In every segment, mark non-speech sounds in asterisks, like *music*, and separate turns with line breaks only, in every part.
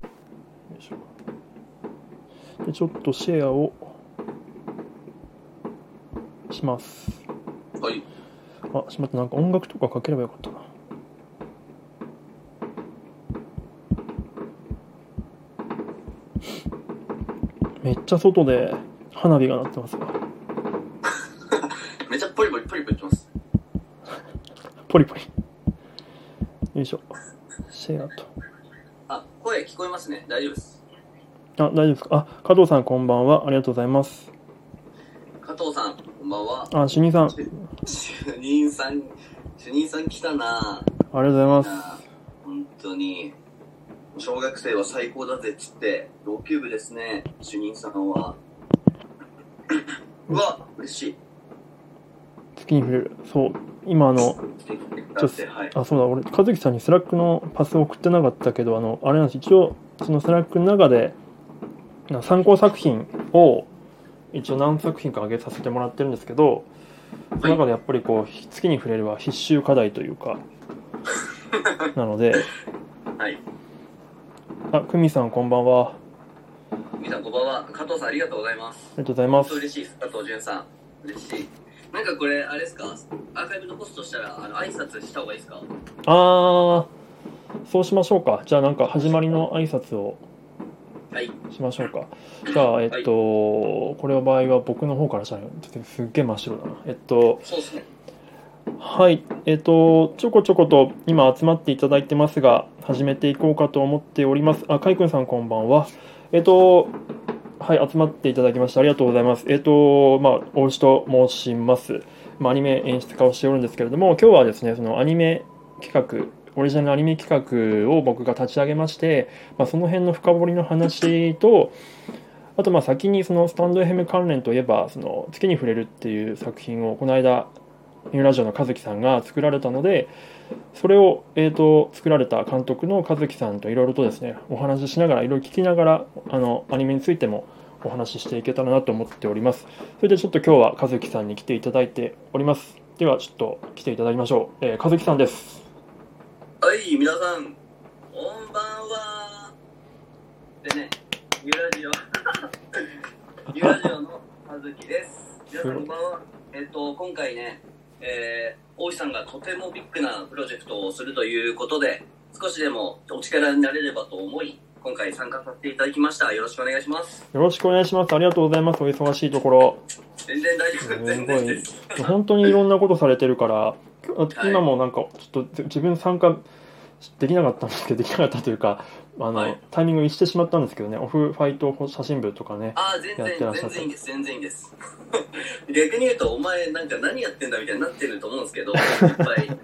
よいしょでちょっとシェアをします
はい。
あしまったなんか音楽とかかければよかったなめっちゃ外で花火が鳴ってますわ
めっちゃポリポリポリポリ言ってます。
ポリポリよいしょシェアと
あ、声聞こえますね。大丈夫です。
あ大丈夫ですかあ加藤さんこんばんはありがとうございます
加藤さん、こんばんは。
あ主任さんあり
主主任さん、主任さん来たなぁ。
がとうございます
あー本当に。小学生は最高だぜっつって、同級部ですね、主任さんは。うわ、嬉しい。
月に触れるそう今あの
来てくれ
ち
た
ょ
っ、
って
はい。
あそうだ俺和樹さんにスラックのパス送ってなかったけどあのあれなんです一応そのスラックの中でな参考作品を一応何作品か上げさせてもらってるんですけどその中でやっぱりこう月に触れるは必修課題というかなので
はい。
あ久美さんこんばんはあ
みさん、こんばんは。加藤さん、ありがとうございます。
りがとうございま
本
す
当嬉しいです加藤潤さん嬉しいなんかこれあれですかアーカイブ残すとしたらあの挨拶した方がいいですか
あーそうしましょうかじゃあなんか始まりの挨拶を
はい
しましょうかじゃあえっと、これの場合は僕の方からしたらちょっとすっげえ真っ白だなえっと
そうですね
はいえっとちょこちょこと今集まっていただいてますが始めていこうかと思っておりますあかいくんさんこんばんはえっとはい集まっていただきましてありがとうございますえっとまあ大牛と申します、まあ、アニメ演出家をしておるんですけれども今日はですねそのアニメ企画オリジナルアニメ企画を僕が立ち上げまして、まあ、その辺の深掘りの話とあとまあ先にそのスタンド FM 関連といえば「その月に触れる」っていう作品をこの間ニューラジオの和樹さんが作られたのでそれを、えー、と作られた監督の和樹さんといろいろとですねお話ししながらいろいろ聞きながらあのアニメについてもお話ししていけたらなと思っておりますそれでちょっと今日は和樹さんに来ていただいておりますではちょっと来ていただきましょう、えー、和樹さんです
はい皆さんこんばんはでねゆラジオゆラジオ *laughs* のあずき *laughs* です皆さんこんばんはえっと今回ねえー、大石さんがとてもビッグなプロジェクトをするということで少しでもお力になれればと思い今回参加させていただきましたよろしくお願いします
よろしくお願いしますありがとうございますお忙しいところ
全然大
す
丈夫
ご
全然で
い
す
本当にいろんなことされてるから
い
今もなんかちょっと自分参加できなかったんですけどできなかったというかあの、
はい
タイミング逸してしまったんですけどねオフファイト写真部とかね
ああ、全
やってら
然、
っしゃった
全然いいんです、全然いいんです。 *laughs* 逆に言うと、お前、なんか何やってんだみたいになってると思う
*laughs*
んですけど、いっぱい *laughs*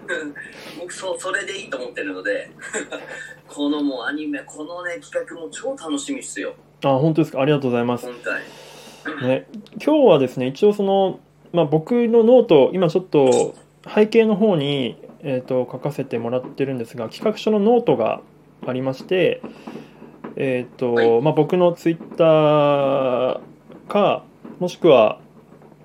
僕そう、それでいいと思ってるので、 *laughs* このもうアニメ、このね、企画も超楽しみっすよ、
あ本当ですかありがとうございます
今回。
ね、今日はですね一応その、まあ、僕のノート今ちょっと背景の方に、えー、と書かせてもらってるんですが企画書のノートがありまして、えーと
はい
まあ、僕のツイッターかもしくは、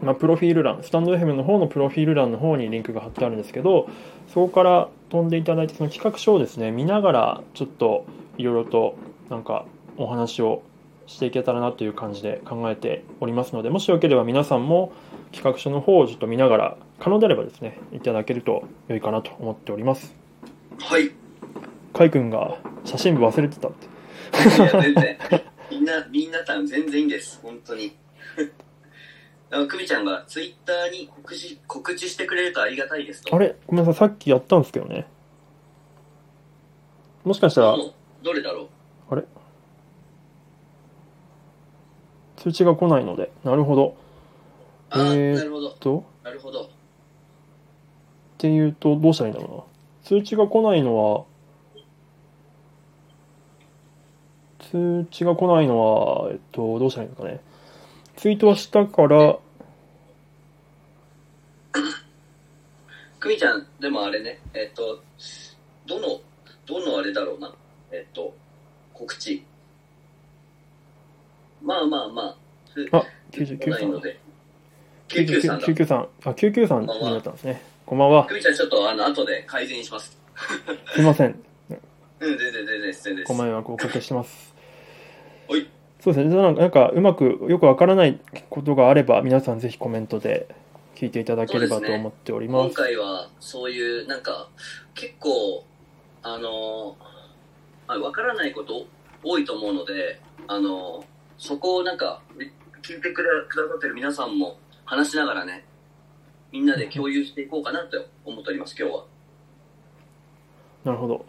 まあ、プロフィール欄スタンド FM の方のプロフィール欄の方にリンクが貼ってあるんですけどそこから飛んでいただいてその企画書をですね見ながらちょっといろいろとなんかお話をしていけたらなという感じで考えておりますのでもしよければ皆さんも企画書の方をちょっと見ながら可能であればですねいただけると良いかなと思っております
はい。い
かいくんが写真部忘れてたって
や、全然。 *laughs* みんな、みんなたん全然いいんです、本当に。 *laughs* あの久美ちゃんがツイッターに告知告知してくれるとありがたいですと。
あれごめんなさいさっきやったんですけどねもしかしたら
もうどれだろう
通知が来ないのでなるほど
ああ、
えー
なるほど。
と
なるほど。
っていうとどうしたらいいんだろうな通知が来ないのは通知が来ないのはえっとどうしたらいいんですかねツイートはしたから
久美ちゃん、でもあれね、えっ、と、どの、どのあれだろうな、えっ、と、告知。まあまあまあ、
あ
来ないの
993
で。救急さんだ。久
993あ993になったんですねこんばんは
美ちゃん、ちょっと、あの、後で改善します。
すいません
うん、全然全然全然です。
ご迷惑をおかけしてますそうですね。じゃあなんかうまくよくわからないことがあれば、皆さんぜひコメントで聞いていただければ
そうで
と
すね
思っておりま
今
す。
回はそういうなんか結構あのあわからないこと多いと思うのであのそこをなんかみ聞いてくれくださってる皆さんも話しながらねみんなで共有していこうかなと思っております今日は。
なるほど。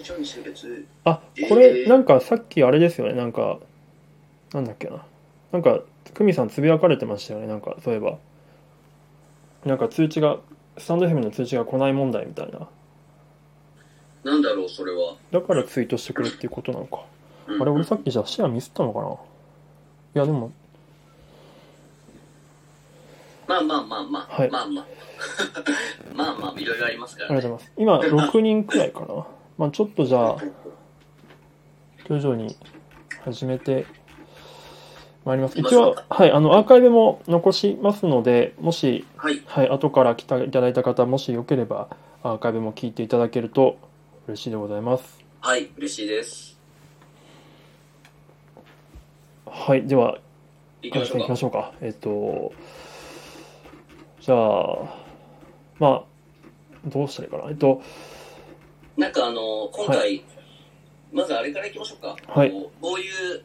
一応に集結
あ、
えー
これなんかさっきあれですよね。なんかなんだっけな。なんか久美さんつぶやかれてましたよね。なんかそういえば、なんか通知がスタンド FM の通知が来ない問題みたいな。
なんだろうそれは。
だからツイートしてくれっていうことなのか。
うん
あれ俺さっきじゃあシェアミスったのかな。いやでも
まあまあまあまあ、
はい
まあ *laughs* まあまあまあいろいろありますか
あり
ら
がと
ね。
うございます。今6人くらいかな。まあちょっとじゃあ。徐々に始めてまいります。一応、はい、あの、アーカイブも残しますので、もし、
はい
はい、後から来ていただいた方、もしよければ、アーカイブも聞いていただけると嬉しいでございます。
はい嬉しいです。
はい、では、
行き
行
ましょう
き
か
ま。しょうか。えっと、じゃあ、まあ、どうしたらいいかな。えっと、
なんかあの今回、
は
まずあれからいきましょうか、
はい
こうこういう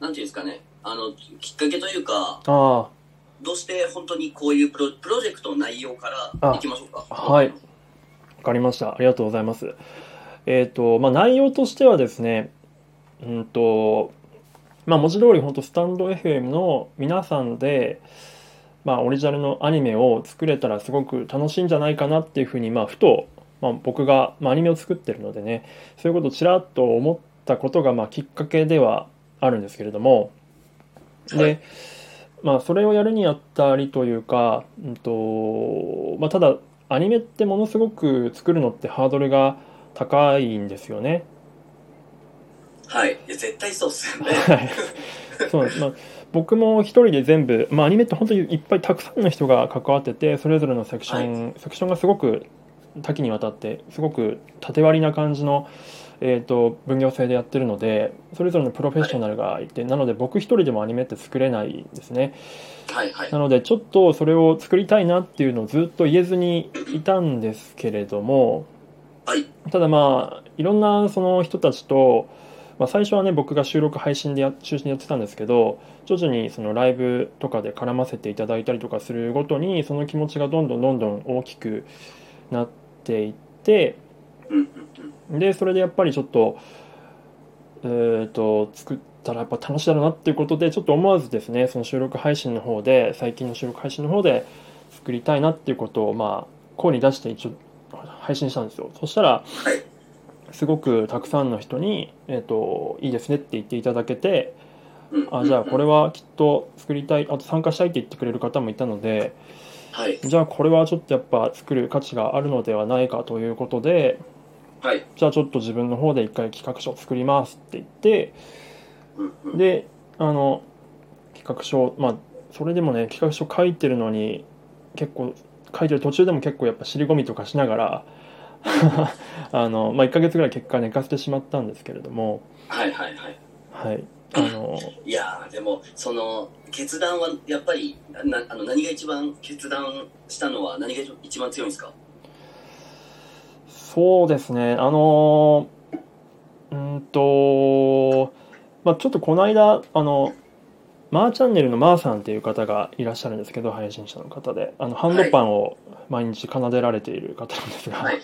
なんていうんですかねあのきっかけというか
あ
どうして本当にこういうプロプロジェクトの内容から
あ
いきましょうか
はいあ、わかりました。ありがとうございます。えっと、まあ、内容としてはですね、うんと、まあ、文字通り本当スタンド FM の皆さんで、まあ、オリジナルのアニメを作れたらすごく楽しいんじゃないかなっていうふうに、まあ、ふと、まあ、僕が、まあ、アニメを作ってるのでねそういうことをちらっと思ったことが、まあ、きっかけではあるんですけれども
はい
で、まあ、それをやるにあたりというか、うんとまあ、ただアニメってものすごく作るのってハードルが高いんですよね。
はいいや絶対そうっすよね
はい、そうなんです、まあ、僕も一人で全部、まあ、アニメって本当にいっぱいたくさんの人が関わっててそれぞれのセクション、セクションがすごく多岐にわたってすごく縦割りな感じの、えー、と分業制でやってるのでそれぞれのプロフェッショナルがいて、なので僕一人でもアニメって作れないですね
はいはい
なのでちょっとそれを作りたいなっていうのをずっと言えずにいたんですけれども
はい
ただまあいろんなその人たちと、まあ、最初はね僕が収録配信でや中心にやってたんですけど徐々にそのライブとかで絡ませていただいたりとかするごとにその気持ちがどんどんどんどん大きくなっていって
うんうんうん
でそれでやっぱりちょっとえーと作ったらやっぱ楽しいだろうなっていうことでちょっと思わずですねその収録配信の方で最近の収録配信の方で作りたいなっていうことをまあ声に出して一応配信したんですよそしたら
はい
すごくたくさんの人に、えーと「いいですね」って言っていただけて
うんうん
あじゃあこれはきっと作りたいあと参加したいって言ってくれる方もいたので
はい
じゃあこれはちょっとやっぱ作る価値があるのではないかということで
はい
じゃあちょっと自分の方で一回企画書を作りますって言って
うんうん
であの企画書まあそれでもね企画書書いてるのに結構書いてる途中でも結構やっぱ尻込みとかしながら *laughs* あの、まあ、1ヶ月ぐらい結果寝かせてしまったんですけれども
はいはいはい
はいあの
いやーでもその決断はやっぱりなあの何が一番決断したのは何が一番強いんですか
そうですねあのうーんと、まあ、ちょっとこの間あのマーチャンネルのマーさんっていう方がいらっしゃるんですけど配信者の方であのハンドパンを毎日奏でられている方なんですが、
はい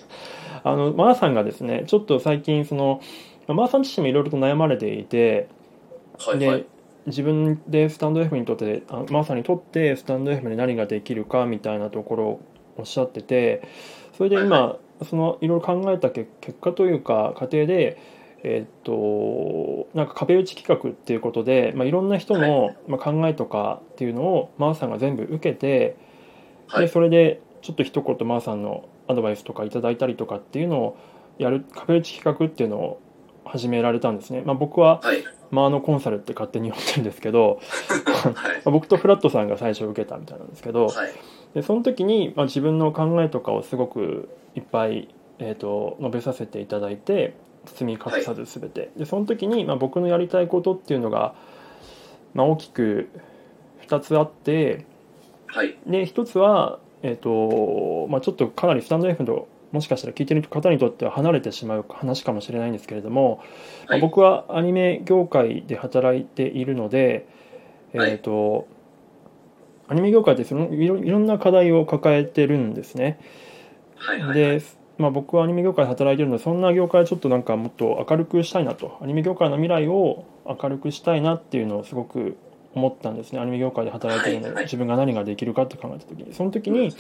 あのマーさんがですねちょっと最近そのまあマーさん自身もいろいろと悩まれていて
はいはい
で自分でスタンド F にとってあマーさんにとってスタンド F で何ができるかみたいなところをおっしゃっててそれで
はい
今そのいろいろ考えたけ結果というか過程でえっとなんか壁打ち企画っていうことで、まあ、いろんな人の、まあ、考えとかっていうのをマーさんが全部受けて
はい
でそれでちょっと一言マーさんのアドバイスとかいただいたりとかっていうのをやる壁打ち企画っていうのを始められたんですね、まあ、僕は
はい
マーノコンサルって勝手に呼んでるんですけど、
はい
まあ僕とフラットさんが最初受けたみたいなんですけど
はい
でその時に、まあ、自分の考えとかをすごくいっぱい、えー、と述べさせていただいて包み隠さず全て、でその時に、まあ、僕のやりたいことっていうのが、まあ、大きく2つあって
はい。
で1つは、えっとまあ、ちょっとかなりスタンド F のもしかしたら聞いてる方にとっては離れてしまう話かもしれないんですけれども、ま
は
あ
い
僕はアニメ業界で働いているので、
はい
えっとアニメ業界ってそのいろいろんな課題を抱えてるんですね。
はい。はい。
で、まあ、僕はアニメ業界で働いてるのでそんな業界をちょっとなんかもっと明るくしたいなとアニメ業界の未来を明るくしたいなっていうのをすごく思ったんですねアニメ業界で働いてるの
は
で、
いはい
自分が何ができるかって考えた時にその時に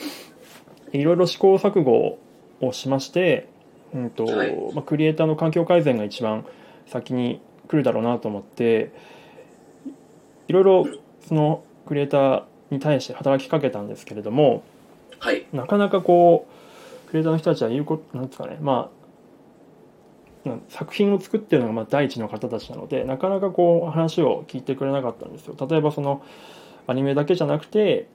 いろいろ試行錯誤をしまして、うんと
はい
まあ、クリエイターの環境改善が一番先に来るだろうなと思っていろいろそのクリエイターに対して働きかけたんですけれども、
はい。
なかなかこうクリエイターの人たちは言うことなんですかねまあなん作品を作ってるのがまあ第一の方たちなのでなかなかこう話を聞いてくれなかったんですよ例えばそのアニメだけじゃなくて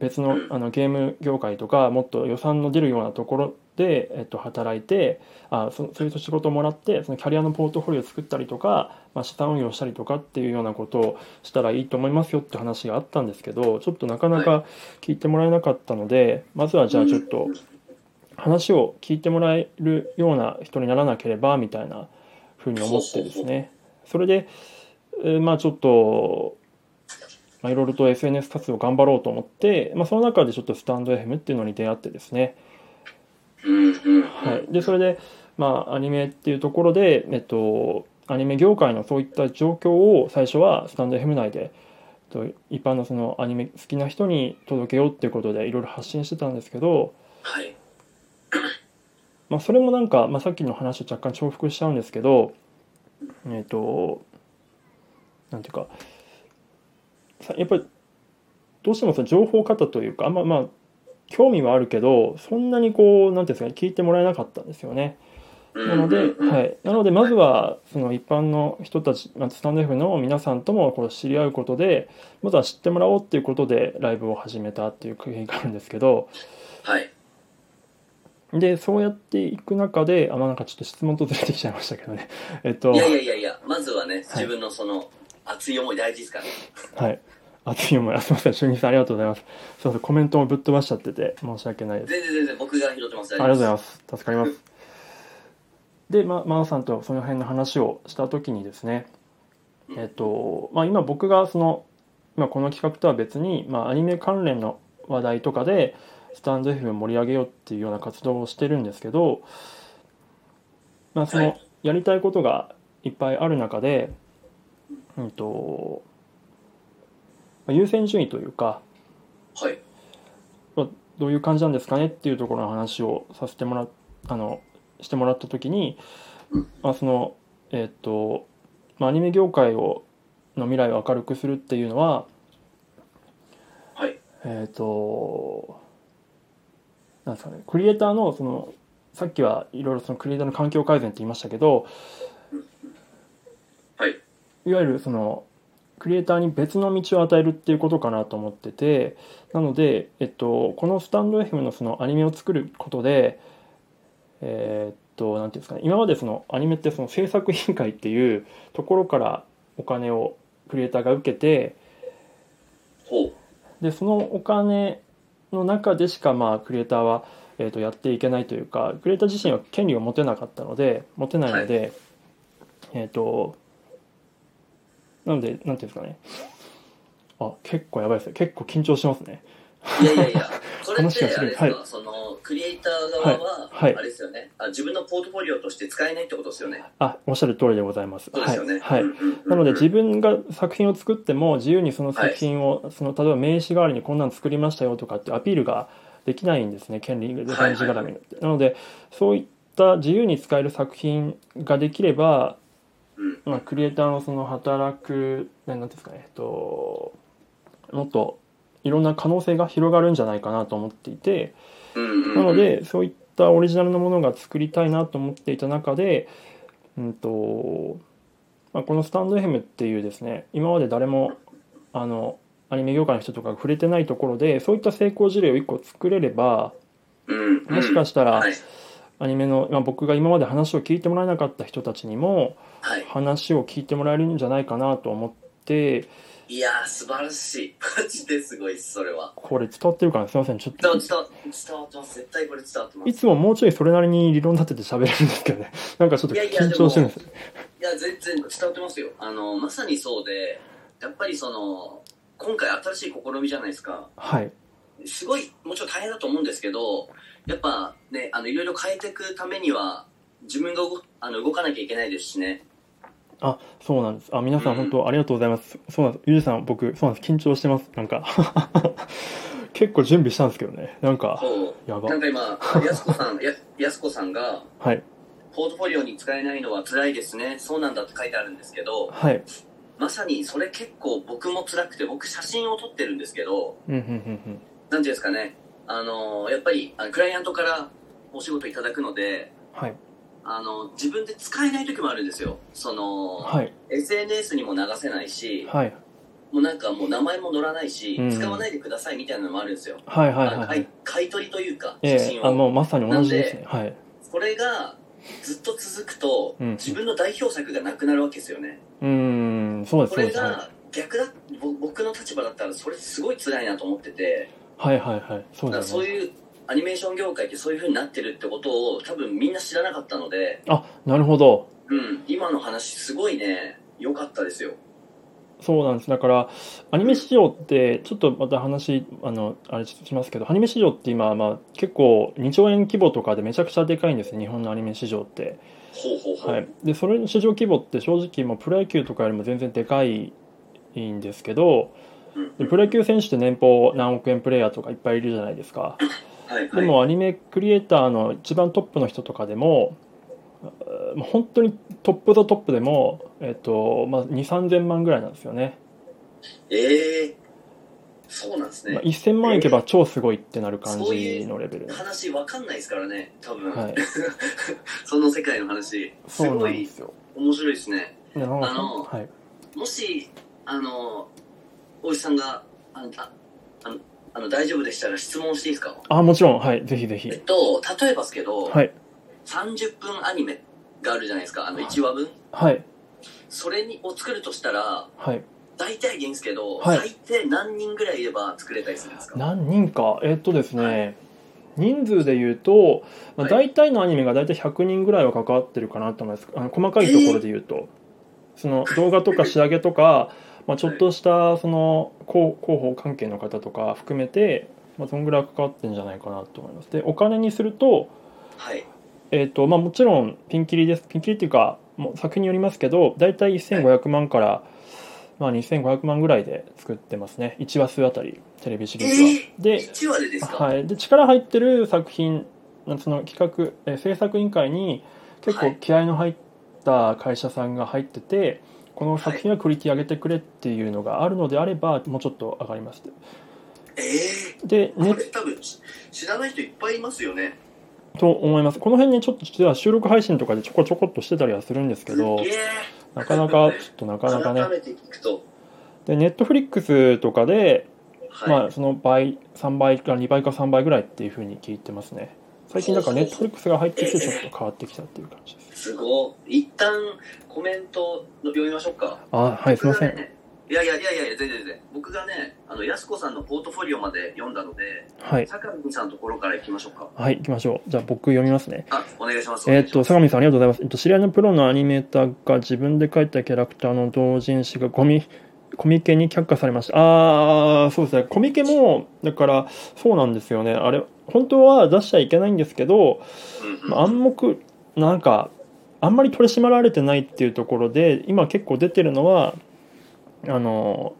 別のあのゲーム業界とかもっと予算の出るようなところで、えっと、働いてあそそういう仕事をもらってそのキャリアのポートフォリオを作ったりとか、まあ、資産運用したりとかっていうようなことをしたらいいと思いますよって話があったんですけどちょっとなかなか聞いてもらえなかったのでまずはじゃあちょっと
うん
話を聞いてもらえるような人にならなければみたいなふうに思ってですねそれで、えーまあちょっと、まあ、いろいろと SNS 活動頑張ろうと思って、まあ、その中でちょっとスタンド FM っていうのに出会ってですね、
うんうん。は
はい、でそれで、まあ、アニメっていうところで、えっと、アニメ業界のそういった状況を最初はスタンド FM 内で、えっと、一般のそのアニメ好きな人に届けようっていうことでいろいろ発信してたんですけど、
い。。
まあ、それもなんか、まあ、さっきの話と若干重複しちゃうんですけどえっ、となんていうかさやっぱりどうしてもその情報型というかあんままあ興味はあるけどそんなにこうなんていうんですかね聞いてもらえなかったんですよね。なので、はいい、なのでまずはその一般の人たち、まあ、スタンド F の皆さんともこう知り合うことでまずは知ってもらおうっていうことでライブを始めたっていう経緯があるんですけど、
はい。
でそうやっていく中であまあなんかちょっと質問とずれてきちゃいましたけどね *laughs* えっと
いやいやいやいや、まずはね、自分のその熱い思い大事ですから
は
ね。
い熱い思いあすいません俊義さんありがとうございますすいませんコメントもぶっ飛ばしちゃってて申し訳ないです
全然全然僕が拾ってます。
ありがとうござい
ま
ます助かりますでま真央さんとその辺の話をした時にですねえっとまあ今僕がその今この企画とは別に、まあ、アニメ関連の話題とかでスタンド F を盛り上げようっていうような活動をしてるんですけど、まあ、そ
は
のやりたいことがいっぱいある中で、うんとまあ優先順位というか、
す。はい。
まあどういう感じなんですかねっていうところの話をさせてもらあのしてもらった時に
うん、
まあ、そのえっ、と、まあ、アニメ業界をの未来を明るくするっていうのは
はい。
えっ、となんですかねクリエイターのそのさっきはいろいろそのクリエイターの環境改善って言いましたけど
はい。
いわゆるそのクリエイターに別の道を与えるっていうことかなと思っててなので、えっと、このスタンド FM のそのアニメを作ることでえーっとなんていうんですかね今までそのアニメってその制作委員会っていうところからお金をクリエイターが受けて
ほう。
でそのお金の中でしかまあクリエイターは、えー、とやっていけないというかクリエイター自身は権利を持てなかったので持てないので、えっ、となのでなんていうんですかねあ結構やばいですね結構緊張しますね
いやいやい
*laughs*
や、それっ
話
て
が
あ
す
れ
る
ですか、
は
そのクリエイター側は、
はいはい
あれですよねあ、自分のポートフォリオとして使えないってことですよね。
あおっしゃる通りでございます
そうですよね。
はい、はい
うんうんうんうん
なので自分が作品を作っても自由にその作品を、その例えば名刺代わりにこんなの作りましたよとかってアピールができないんですね権利で
はい
権利絡みのってなのでそういった自由に使える作品ができれば、
うん
まあ、クリエイターのその働く何ていうんですかねえっともっといろんな可能性が広がるんじゃないかなと思っていて、
うんうんうん
なの、でそういったオリジナルのものが作りたいなと思っていた中で、うんとまあ、このスタンド FM っていうですね今まで誰もあのアニメ業界の人とかが触れてないところでそういった成功事例を1個作れれば
うんうん
もしかしたら
はい
アニメの、まあ、僕が今まで話を聞いてもらえなかった人たちにも
はい。
話を聞いてもらえるんじゃないかなと思って
いやー、素晴らしい。 *laughs* マジですごいです、それは。
これ伝わってるかなすいませんちょっ
伝わ
と
伝わ伝わってます。絶対これ伝わってま
い
す。
つももうちょいそれなりに理論立てて喋れるんですけどねなんかちょっと
いやいや
緊張してるんです
いや、全然伝わってますよ。あの、まさにそうで、やっぱりその、今回新しい試みじゃないですか。
はい
すごい、もちろん大変だと思うんですけど、やっぱね、あの、いろいろ変えていくためには、自分が動あの動かなきゃいけないですしね。
あそうなんですあ皆さん
うん
本当ありがとうございますそうなんですゆうじさん僕そうなんです緊張してますなんか *laughs* 結構準備したんですけどねなんか
そ
や
う。
ば
なんか今、やすこさん、ややすこさんが、
はい
ポートフォリオに使えないのは辛いですね。そうなんだって書いてあるんですけど、
はい
まさにそれ結構僕も辛くて、僕写真を撮ってるんですけど、
うんうんうん
なんていうんですかね、あのやっぱり、あのクライアントからお仕事いただくので、
うんはい
あの自分で使えない時もあるんですよ。その、
はい
SNS にも流せないし、
はい
もうなんかもう名前も載らないし、
うん
使わないでくださいみたいなのもあるんですよ。
はいはい
あの
は
買
い
い買い取りというか、
え
写
え
真
あ
を。
もうまさに同じですねはい
これがずっと続くと、
うん
自分の代表作がなくなるわけですよね。
うーんそうです
こ
そう
れ
ですはい
が逆だぼ僕の立場だったらそれすごい辛いなと思ってて
はいはいはいそうで
だから
す
そう
ね
いうアニメーション業界ってそういう風になってるってことを多分みんな知らなかったので、
あなるほど
うん、今の話すごいね良かったですよ
そうなんですだからアニメ市場ってちょっとまた話あのあれしますけどアニメ市場って今、まあ、結構2兆円規模とかでめちゃくちゃでかいんですね日本のアニメ市場って、
ほうほうほう、
はい、でそれの市場規模って正直もうプロ野球とかよりも全然でかいんですけど
うん
でプロ野球選手って年俸何億円プレイヤーとかいっぱいいるじゃないですか
はいはい
でもアニメクリエイターの一番トップの人とかでもあもう本当にトップとトップでも、えっとまあ、2 3 0 0 0万ぐらいなんですよね
ええそうなんですね、
まあ、1000万いけば超すごいってなる感じのレベルで
話わかんないですからね多分、
はい、
*laughs* その世界の話す
そう
ご
なんで
い
すよ
面白いですね
なるほど
あの
はい
もしあのおじさんがあのああのあの大丈夫でしたら質問していいですか
あもちろんはいぜひぜ
えっ
ひ
と、例えばですけど、
はい
30分アニメがあるじゃないですか、あの1話分。
はい
それにを作るとしたら、
はい
大体でいいんですけど、
はい
最低何人ぐらいいれば作れたりするんですか
何人かえっとですね、人数で言うと、まあ、
は
大体のアニメが大体100人ぐらいは関わってるかなと思いますあの細かいところで言うと、その動画とか仕上げとか、まあ、ちょっとしたその広広報関係の方とか含めて、まあ、そんぐらい関わってるんじゃないかなと思いますでお金にすると
はい。
えーとまあ、もちろんピンキリですピンキリっていうかもう作品によりますけど大体1500万から、まあ、2500万ぐらいで作ってますね1話数あたりテレビシリーズは。で,、
1話でですか、
はい、で力入ってる作品その企画、えー制作委員会に結
は
構
い
気合いの入った会社さんが入っててこの作品はクオリティ上げてくれっていうのがあるのであればもうちょっと上がります
え
で、
え
ね
これ、多分知知らない人いっぱいいますよね。
と思いますこの辺にちょっと実は収録配信とかでちょこちょこっとしてたりはするんですけ
す
ど
げえ。
なかなかちょっとなかなかね
改めて聞くと、
でネットフリックスとかで、
はい。
まあその倍3倍か2倍か3倍ぐらいっていうふうに聞いてますね最近だからネットフリックスが入ってきてちょっと変わってきたっていう感じです
すごい。一旦コメントの読みましょうか。
あはいすいませ
僕
ん
がねいやいやいやいや、全然全然。僕がね、あの、やすこさんのポートフォリオまで読んだので、
はい
坂上さんのところから行きましょうか。
はい行きましょうじゃあ僕読みますね
あ、お願いします。
えーっと
お願いします
相模さんありがとうございます、えっと、知り合いのプロのアニメーターが自分で描いたキャラクターの同人誌がゴミコミケに却下されましたああそうですねコミケもだからそうなんですよねあれ本当は出しちゃいけないんですけど
うんうん
まあ暗黙なんかあんまり取り締まられてないっていうところで今結構出てるのはあの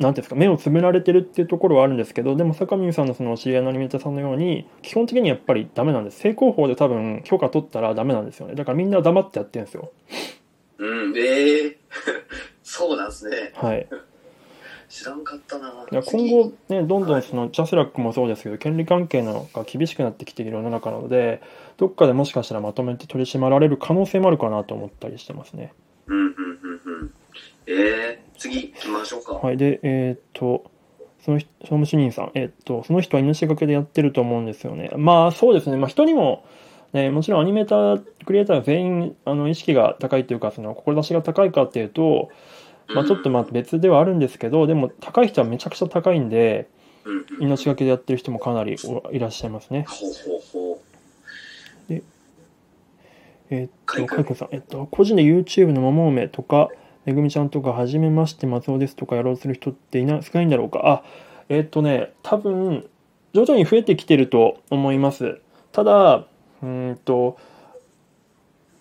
なんていうんですか目をつぶられてるっていうところはあるんですけどでも坂上さんのその知り合いのアニメーターさんのように基本的にやっぱりダメなんです正攻法で多分許可取ったらダメなんですよねだからみんな黙ってやってるんですよ
うん、ええ *laughs* そうなんですね。
はい
知らんかったな。
だから今後ねどんどんそのジャスラックもそうですけど権利関係のが厳しくなってきている世の中なのでどっかでもしかしたらまとめて取り締まられる可能性もあるかなと思ったりしてますね
うんうんうんうん。ええ次行きましょうか。
はい、で、えーっと、その人、総務主任さん、えーっと、その人は命がけでやってると思うんですよね。まあ、そうですね。まあ、人にもね、もちろんアニメーター、クリエイター全員、あの、意識が高いというか、その、志が高いかっていうと、まあ、ちょっとまあ別ではあるんですけど、でも、高い人はめちゃくちゃ高いんで、
うんうん
命がけでやってる人もかなりおいらっしゃいますね。
ほうほうほ
えっ
かい
と、
くん
かいこさん、えっと、個人で YouTube のまもうめとか、めぐみちゃんとか、はじめまして松尾ですとかやろうとする人っていな少ないんだろうか。あ、えっとね、多分、徐々に増えてきてると思います。ただ、うーんと、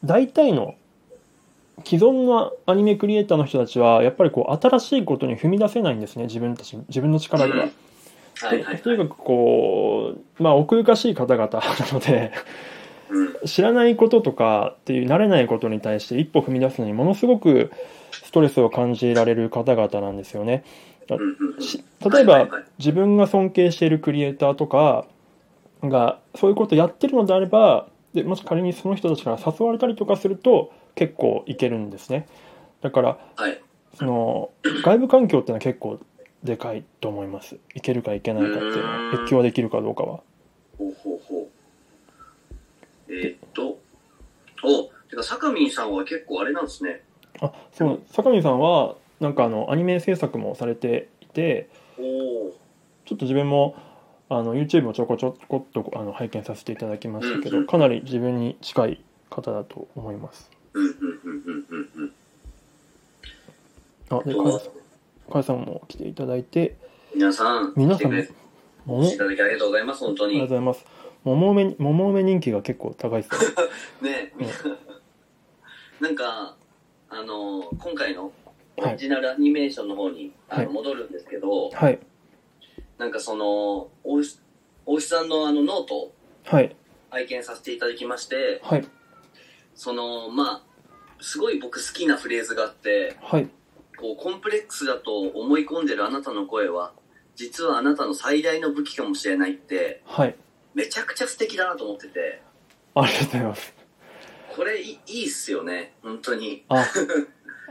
大体の既存のアニメクリエイターの人たちは、やっぱりこう、新しいことに踏み出せないんですね、自分たち、自分の
う。
力では。
うんはいはい
と
は
に
い。
かくこう、まあ、奥ゆかしい方々なので、
うん
知らないこととかっていう慣れないことに対して一歩踏み出すのにものすごくストレスを感じられる方々なんですよね。
うんうんうん
し例えば、
はいはいはい
自分が尊敬しているクリエイターとかがそういうことやってるのであればでもし仮にその人たちから誘われたりとかすると結構いけるんですね。だから
はい。
その外部環境っていうのは結構でかいと思います。いけるかいけないかっていうのは越境はできるかどうかは。
ほうほうほう。えーっと、おてか、坂民さんは結構あれなんですね。
あそう坂上さんはなんかあのアニメ制作もされていて。
おお。
ちょっと自分もあの YouTube をちょこちょこっとあの拝見させていただきましたけ
うんう
ど
ん
かなり自分に近い方だと思います
うんうんうんうんうんうん。
あで
ど
か
う
や
も
さんかやさんも来ていただいて
皆さん、
皆さん
来
も
てく
も
れ
も
ていただきありがとうございます、本当
ありがとうご
に。
ざいます桃梅桃梅人気が結構高いですね
ね、みんななんか、あの、今回のオリジナルアニメーションの方に、
はい
あの戻るんですけど、
はい
なんかその、大石大石さんのあのノートを
はい
拝見させていただきまして、
はい
その、まあ、すごい僕好きなフレーズがあって、
はい
こう、コンプレックスだと思い込んでるあなたの声は、実はあなたの最大の武器かもしれないって、
はい
めちゃくちゃ素敵だなと思ってて、
ありがとうございます
これいいいいっすよね、本当に。
あ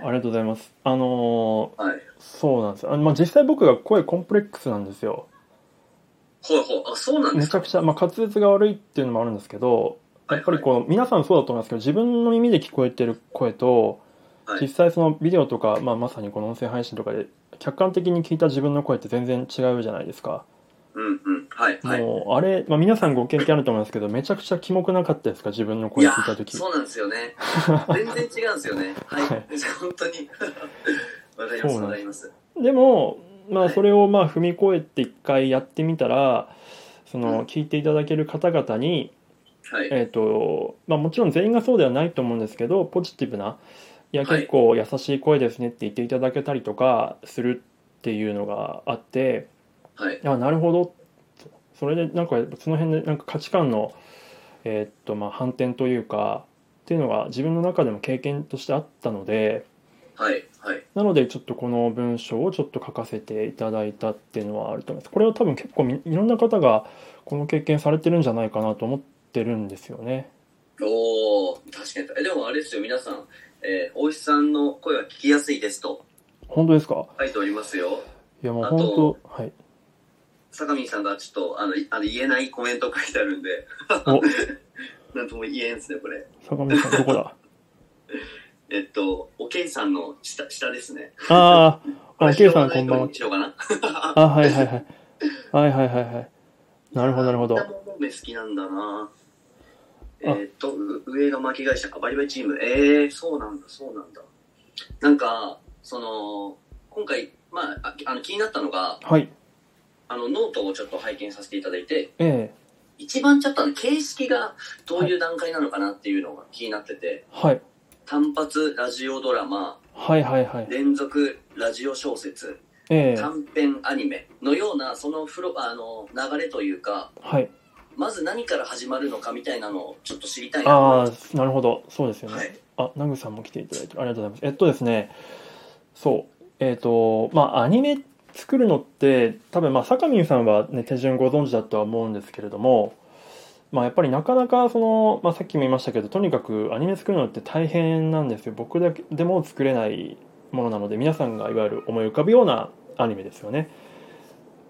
ありがとうございますあの
はい。
ーそうなんですあの、まあ、実際僕が声コンプレックスなんですよ
ほいほい、あ、そうなんで
め
す
ちゃ
か。
くちゃ、まあ、滑舌が悪いっていうのもあるんですけどやっぱりこう皆さんそうだと思いますけど自分の耳で聞こえてる声と
はい
実際そのビデオとか、まあ、まさにこの音声配信とかで客観的に聞いた自分の声って全然違うじゃないですか
うんうん、はい、はい。
もうあれ、まあ、皆さんご経験あると思いますけどめちゃくちゃキモくなかったですか自分の
い
声
や
聞いた時
そうなんです
*laughs*
よね。全然違うんですよね。はい。
はい
本当に。 *laughs* わかります、
そうなんです
わかります。
でも、まあ、
はい
それをまあ踏み越えて一回やってみたらそ
うん
の聞いていただける方々に
はい。
えーとまあ、もちろん全員がそうではないと思うんですけどポジティブないや
はい
結構優しい声ですねって言っていただけたりとかするっていうのがあって
はい。
あなるほどそれでなんかその辺でなんか価値観の、えーとまあ、反転というかっていうのが自分の中でも経験としてあったので
はい。はい。
なのでちょっとこの文章をちょっと書かせていただいたっていうのはあると思いますこれは多分結構みいろんな方がこの経験されてるんじゃないかなと思ってるんですよね。
おー、確かに。え、でもあれですよ、皆さん。えー、大石さんの声は聞きやすいですと
本当ですか
書いておりますよ。
いやもう
あと
本当はい
坂見さんがちょっと、あの、いあの言えないコメント書いてあるんで、
お
なんとも言えんですね、これ。
坂本さんどこだ
えっと、おけいさんの下、下ですね。
ああ
れ
あ K さんこんばんは
拾わないとこにしようかな。
あはいはいはいはいはいはいはいなるほどなるほど
みんなももめ好きなんだな。えーっと、う上が巻き返したか、バリバリチーム。えー、そうなんだ、そうなんだ。なんか、その、今回、まあ、ああの気になったのが、
はい
あの、ノートをちょっと拝見させていただいて、
ええ
一番ちょっとあの形式がどういう段階なのかなっていうのが気になってて、
はい
単発ラジオドラマ、
はいはいはい
連続ラジオ小説、
ええ
短編アニメのような、そのフロ、あの、流れというか、
はい
まず何から始まるのかみたいなのをちょっと知りたいなと思いま
あ
す。
あなるほどそうですよ
はい
ね。あナグさんも来ていただいてありがとうございますえっとですねそうえっ、とまあアニメ作るのって多分まあ坂民さんはね手順ご存知だとは思うんですけれどもまあやっぱりなかなかその、まあ、さっきも言いましたけどとにかくアニメ作るのって大変なんですよ僕だけでも作れないものなので皆さんがいわゆる思い浮かぶようなアニメですよね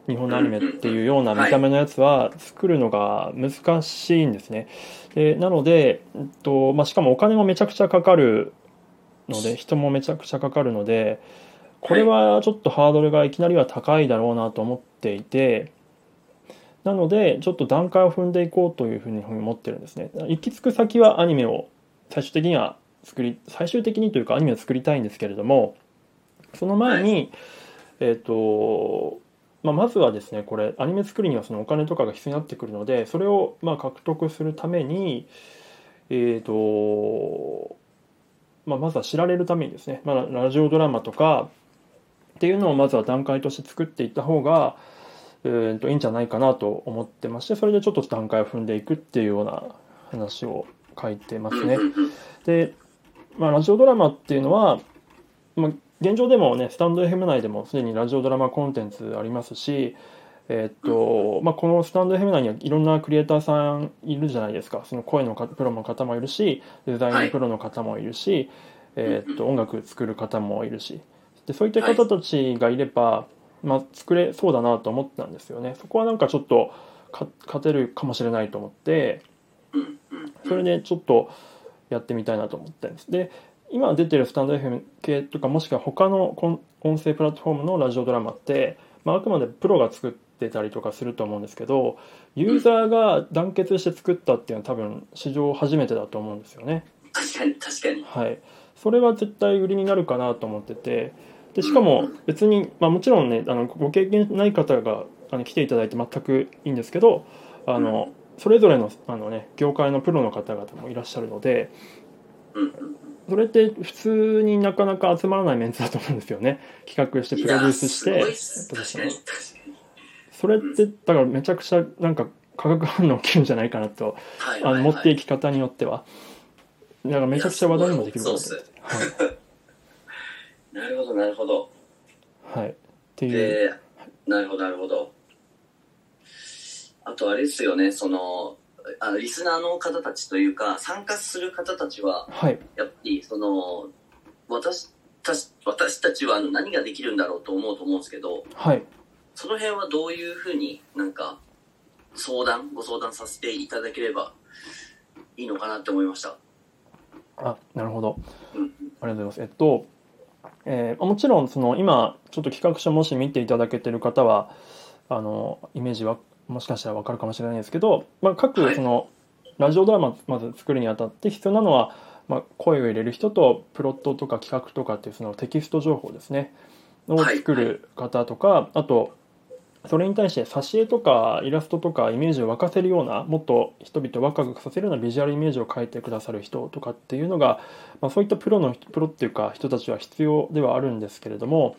日本のアニメっていうような見た目のやつは作るのが難しいんですね。でなので、えっとまあ、しかもお金もめちゃくちゃかかるので人もめちゃくちゃかかるのでこれはちょっとハードルがいきなりは高いだろうなと思っていてなのでちょっと段階を踏んでいこうというふうに思ってるんですね。行き着く先はアニメを最終的には作り最終的にというかアニメを作りたいんですけれどもその前に、えっ、とまあ、まずはですねこれアニメ作りにはそのお金とかが必要になってくるのでそれをまあ獲得するためにえっ、と、まあ、まずは知られるためにですね、まあ、ラジオドラマとかっていうのをまずは段階として作っていった方が、えー、といいんじゃないかなと思ってましてそれでちょっと段階を踏んでいくっていうような話を書いてますね。で、まあ、ラジオドラマっていうのは、まあ、現状でもねスタンド FM 内でもすでにラジオドラマコンテンツありますし、えっとまあ、このスタンド FM 内にはいろんなクリエイターさんいるじゃないですかその声のかプロの方もいるしデザインのプロの方もいるし、えっと音楽作る方もいるしでそういった方たちがいれば、まあ、作れそうだなと思ったんですよね。そこはなんかちょっとか勝てるかもしれないと思ってそれでちょっとやってみたいなと思ってるんです。で今出てるスタンド FM 系とかもしくは他のこん音声プラットフォームのラジオドラマって、まあ、あくまでプロが作ってたりとかすると思うんですけどユーザーが団結して作ったっていうのは多分史上初めてだと思うんですよね。
確かに確かに
はい、それは絶対売りになるかなと思っててでしかも別に、まあ、もちろんねあのご経験ない方があの来ていただいて全くいいんですけどあの、それぞれのあの、ね、業界のプロの方々もいらっしゃるので
うん
それって普通になかなか集まらないメンツだと思うんですよね企画してプロデュースして
いや
や
すごいっ
っ
す
たと
確
して
か
も
に確かに
それってだからめちゃくちゃなんか化学反応起きるんじゃないかなと
はい
あ
は
の
い
持って
はい
いき方によってはだからめちゃくちゃ話題にもできるかなと思って。
なるほどなるほど
はい、はい、っていう。
でなるほどなるほどあとあれですよねそのあのリスナーの方たちというか参加する方たちは
はい、
やっぱりその私たち私たちはあの何ができるんだろうと思うと思うんですけど
はい、
その辺はどういうふうになんか相談ご相談させていただければいいのかなって思いました。
あ、なるほど。
うん
ありがとうございます。えっと、えーもちろんその今ちょっと企画書もし見ていただけてる方はあのイメージはもしかしたらわかるかもしれないですけど、まあ
は
各
い
そのラジオドラマまず作るにあたって必要なのはまあ声を入れる人とプロットとか企画とかっていうそのテキスト情報ですねを
はい
作る方とかあとそれに対して挿絵とかイラストとかイメージを沸かせるようなもっと人々をワクワクさせるようなビジュアルイメージを描いてくださる人とかっていうのが、まあ、そういったプロのプロっていうか人たちは必要ではあるんですけれども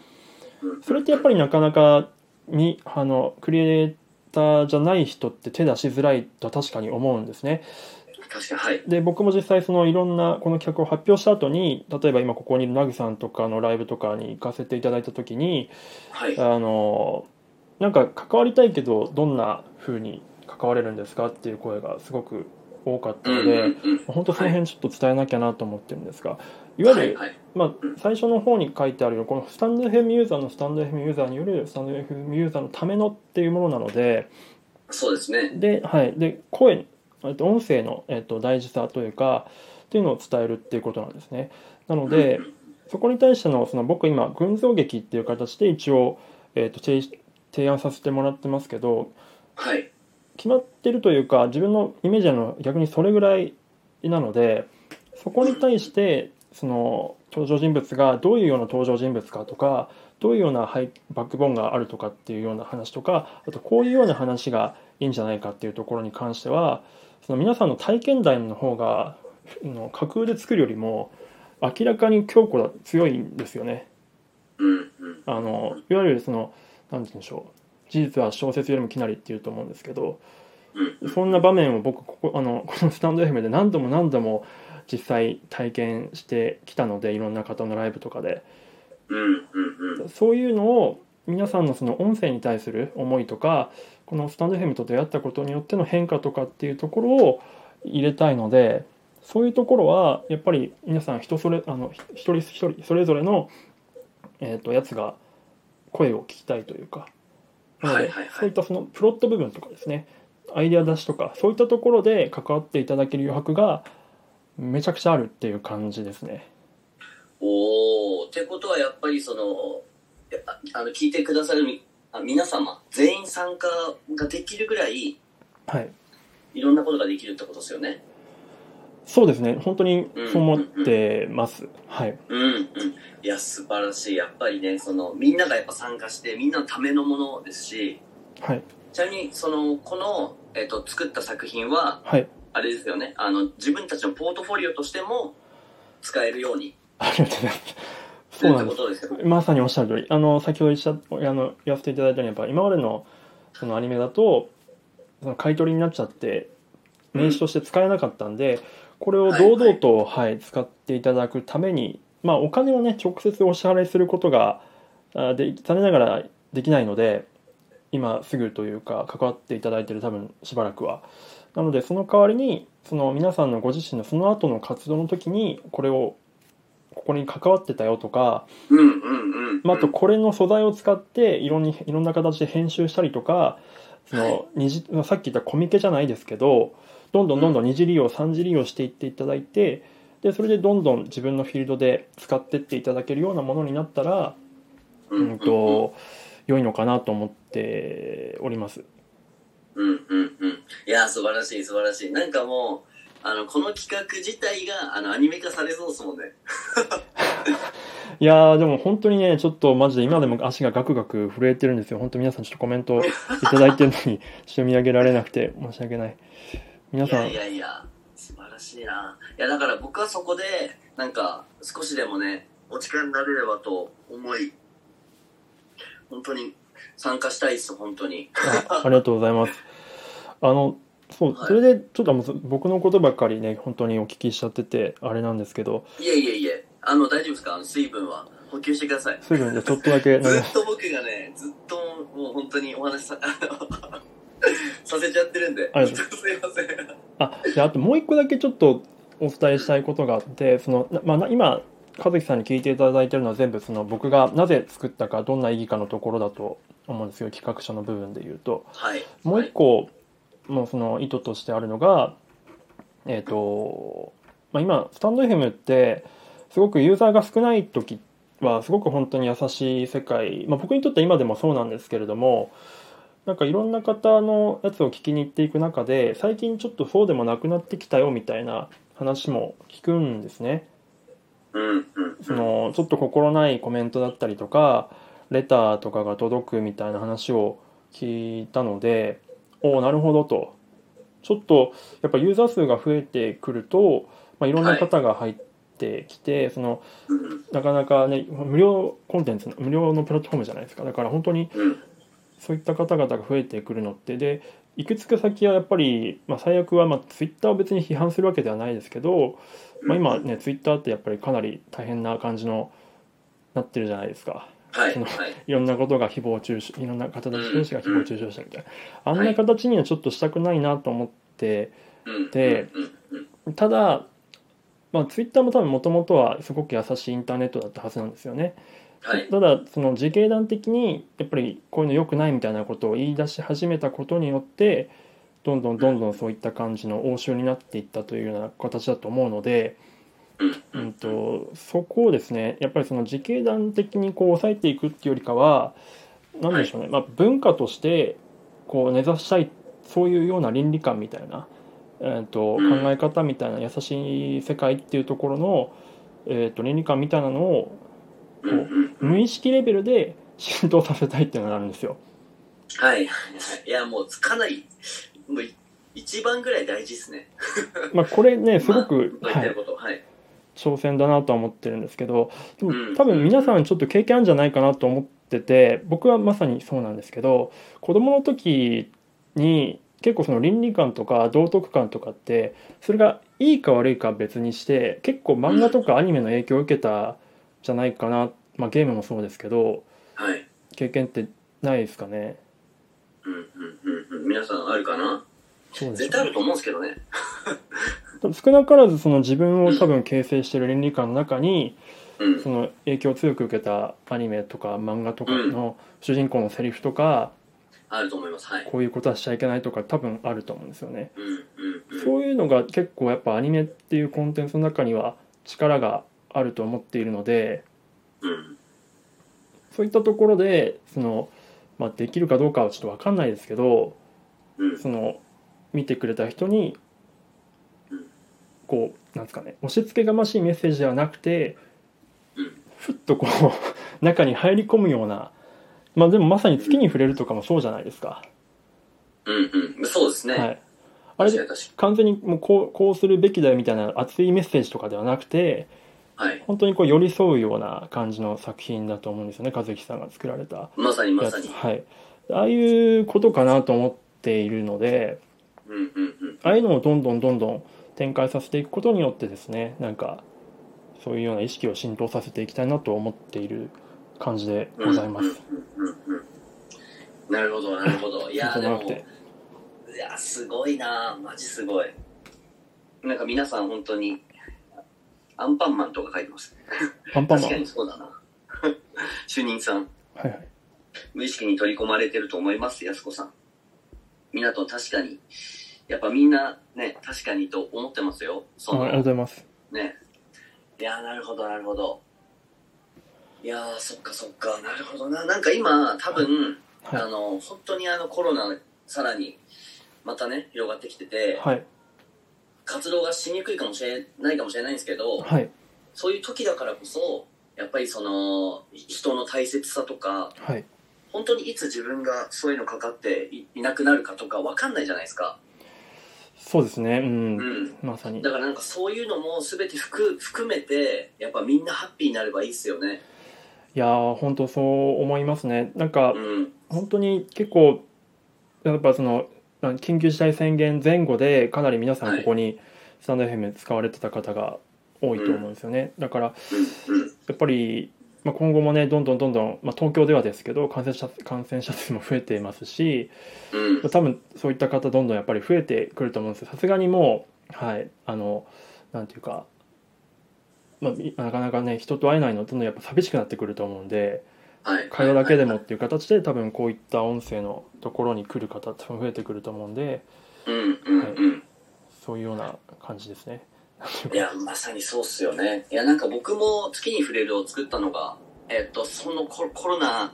それってやっぱりなかなかにあのクリエイターじゃない人って手出しづらいとは確かに思うんですね。
確かにはい
で僕も実際そのいろんなこの企画を発表した後に例えば今ここにいるナグさんとかのライブとかに行かせていただいた時に
はい
あのなんか関わりたいけどどんな風に関われるんですかっていう声がすごく多かったので、
うん
本当その辺ちょっと伝えなきゃなと思ってるんですが、い、わゆる、
はいはい
まあ、最初の方に書いてあるようにこのスタンド FM ユーザーのスタンド FM ユーザーによるスタンド FM ユーザーのためのっていうものなので、
そうですね
で,、はい、で声えっと音声の、えっと、大事さというかっていうのを伝えるっていうことなんですね。なので、
うん
そこに対してのその僕今群像劇っていう形で一応、えっと提提案させてもらってますけど
はい
決まってるというか自分のイメージなのは逆にそれぐらいなのでそこに対してその登場人物がどういうような登場人物かとかどういうような背バックボーンがあるとかっていうような話とかあとこういうような話がいいんじゃないかっていうところに関してはその皆さんの体験談の方があの架空で作るよりも明らかに強固だ強いんですよね。
うんうん
あのいわゆるその何て言うんでしょう事実は小説よりもきなりっていうと思うんですけど
うん
そんな場面を僕ここあの *laughs* このスタンド FM で何度も何度も実際体験してきたのでいろんな方のライブとかで
うんうんうん
そういうのを皆さんのその音声に対する思いとかこのスタンド FM と出会ったことによっての変化とかっていうところを入れたいのでそういうところはやっぱり皆さん人それあのひ一人一人それぞれの、えー、とやつが声を聞きたいというかなの
はい
で
はいはい
そういったそのプロット部分とかですねアイデア出しとかそういったところで関わっていただける余白がめちゃくちゃあるっていう感じですね。
おおってことはやっぱりそのやあの聞いてくださるみあ皆様全員参加ができるぐらい
はい
いろんなことができるってことですよね
そうですね本当にそう思ってます。はい、
うんうんいや素晴らしいやっぱりねそのみんながやっぱ参加してみんなのためのものですし
はい、
ちなみにそのこの、えっと作った作品は
はい
あれですよねあの自分たちのポートフォリオとしても使えるように
ありがとうございます。
す
そう
るっ
な
て
んで
こ
す。
とですよね
まさにおっしゃる通り、あの先ほど言ったあの言わせていただいたようにやっぱ今までのそのアニメだとその買い取りになっちゃって
うん
名刺として使えなかったんで、これを堂々とはい、使っていただくために、まあお金をね直接お支払いすることがあで残念ながらできないので、今すぐというか関わっていただいてる多分しばらくは。なのでその代わりにその皆さんのご自身のその後の活動の時にこれをここに関わってたよとか、
うんうんうん、うん
まあ、あとこれの素材を使っていろんにいろんな形で編集したりとかそ
はい
の二次さっき言ったコミケじゃないですけどどんどんどんどん二次利用三次利用していっていただいてでそれでどんどん自分のフィールドで使ってっていただけるようなものになったら、
う
うんん、と良いのかなと思っております。
うんうんうん。いや、素晴らしい、素晴らしい。なんかもう、あの、この企画自体が、あの、アニメ化されそうですもんね。
いやーでも本当にねちょっとマジで今でも足がガクガク震えてるんですよ本当皆さんちょっとコメントいただいてるの
*laughs*
にちょっと見上げられなくて申し訳ない皆
い
さ
や
ん
いやいや、素晴らしいな。いや、だから僕はそこで、なんか、少しでもね、お力になれればと思い、本当に参加したいです、本当に。
*laughs* あありがとうございます。あの、そう、
はい
それで、ちょっともう僕のことばっかりね、本当にお聞きしちゃってて、あれなんですけど、
いえいえいえ、あの、大丈夫ですかあの、水分は補給してください。
水分でちょっとだけ飲み
ず
ま
っと僕がね、ずっともう本当にお話しさ、 *laughs* あのさせちゃってるんで、
あり
すい
がと
ません。
あ、で、あともう一個だけちょっとお伝えしたいことがあって、その、なまあ、な今、和樹さんに聞いていただいてるのは全部その僕がなぜ作ったかどんな意義かのところだと思うんですよ企画書の部分で言うと
はい。
もう一個のその意図としてあるのが、えっ、と、まあ、今、スタンド FM って、すごくユーザーが少ない時は、すごく本当に優しい世界、まあ、僕にとっては今でもそうなんですけれども、なんかいろんな方のやつを聞きに行っていく中で、最近ちょっとそうでもなくなってきたよみたいな話も聞くんですね。
うんうん
そのちょっと心ないコメントだったりとかレターとかが届くみたいな話を聞いたのでおおなるほどとちょっとやっぱユーザー数が増えてくると、まあ、いろんな方が入ってきて、その
うん
なかなかね無料コンテンツの無料のプラットフォームじゃないですかだから本当に
うん
そういった方々が増えてくるのってでいくつか先はやっぱり、まあ、最悪は、まあ、ツイッターを別に批判するわけではないですけど、まあ、今ねツイッターってやっぱりかなり大変な感じのなってるじゃないですか
はい
その
はい
いろんなことが誹謗中傷いろんな形で選手が誹謗中傷したみたいなあ
ん
んな形にはちょっとしたくないなと思って
うん
で
うんうん
ただ、まあ、ツイッターも多分もともとはすごく優しいインターネットだったはずなんですよね。
はい
ただその自警団的にやっぱりこういうの良くないみたいなことを言い出し始めたことによってどんどんどんどんそういった感じの応酬になっていったというような形だと思うので、
うん
うん、とそこをですねやっぱりその自警団的にこう抑えていくっていうよりかは何でしょうね、まあ、文化としてこう根ざしたいそういうような倫理観みたいな、えー、と考
うん
え方みたいな優しい世界っていうところの、えー、と倫理観みたいなのを
うんうんうん
無意識レベルで浸透させたいっていうのがあるんですよ。
はいはいはいいやもうかなりもうい一番ぐらい大事ですね
まあ、これねすごく、
まあ
は
言ってる
い、
ことはい
挑戦だなとは思ってるんですけどでも
うん
多分皆さんちょっと経験あるんじゃないかなと思ってて僕はまさにそうなんですけど子供の時に結構その倫理観とか道徳観とかってそれがいいか悪いかは別にして結構漫画とかアニメの影響を受けたんじゃないかな、まあ、ゲームもそうですけど
はい
経験ってないですかね。
うんうんうんうん皆さんあるかな
そうです
絶対あると思うんですけどね
少なからずその自分を多分形成してる倫理観の中に
うん
その影響を強く受けたアニメとか漫画とかの主人公のセリフとか
あると思います。はい。
こういうことはしちゃいけないとか多分あると思うんですよね。
うんうんうん。
そういうのが結構やっぱアニメっていうコンテンツの中には力があると思っているので
うん。
そういったところでその、まあ、できるかどうかはちょっと分かんないですけど
うん。
その見てくれた人に
うん
こうなんですかね押し付けがましいメッセージではなくて
うん
ふっとこう *laughs* 中に入り込むようなまあでもまさに月に触れるとかもそうじゃないですか。
うんうん。そうですね。
はい、あれ
確か
で
に確か
完全にもうこうこうするべきだよみたいな熱いメッセージとかではなくて
に。はい。
本当にこう寄り添うような感じの作品だと思うんですよね和樹さんが作られた
まさにま
や
さ
つ、
に。
はい、ああいうことかなと思っているので
うんうんうん。
ああいうのをどんどんどんどん展開させていくことによってですねなんかそういうような意識を浸透させていきたいなと思っている感じでございます。
うんうんうんうんうん。なるほど、なるほど。いやー、
そう
で
じゃな
も
く、て
いやー、すごいなー。マジすごい。なんか皆さん本当に、アンパンマンとか書いてます。
アンパンマン、
確か
はい
にそうだな。 *laughs* 主任さん、
はい、
無意識に取り込まれてると思います、安子さん。みなと確かに、やっぱみんなね、確かにと思ってますよ。そ
あありがとう
の
ございます。
ね。いやー、なるほど、なるほど。いやー、そっかそっか、なるほどな。なんか今、多分、
はい
あの、本当にあのコロナ、さらに、またね、広がってきてて、
はい
活動がしにくいかもしれないかもしれないんですけど、
はい
そういう時だからこそ、やっぱりその、人の大切さとか、
はい
本当にいつ自分がそういうのかかっていいなくなるかとかわかんないじゃないですか。
そうですねうん
うん。
まさに
だからなんかそういうのも全て含含めて、やっぱみんなハッピーになればいいっすよね。
いやー本当そう思いますねなんか
うん。
本当に結構やっぱそのなん緊急事態宣言前後でかなり皆さんここにスタンド FM 使われてた方が多いと思うんですよね、だから
うん。うん。
やっぱり、まあ、今後もねどんどんどんどん、まあ、東京ではですけど感染者感染者数も増えていますし
うん
まあ。多分そういった方どんどんやっぱり増えてくると思うんですよさすがにもうはいあのなんていうか、まあ、みなかなかね人と会えないのどんどんやっぱ寂しくなってくると思うんで。
はい。
会話だけでもっていう形で多分こういった音声のところに来る方多分増えてくると思うんで
うんうんうん。
そういうような感じですね。
いや、まさにそうっすよね。いや、なんか僕も月に触れるを作ったのが、えっと、そのコロコロナ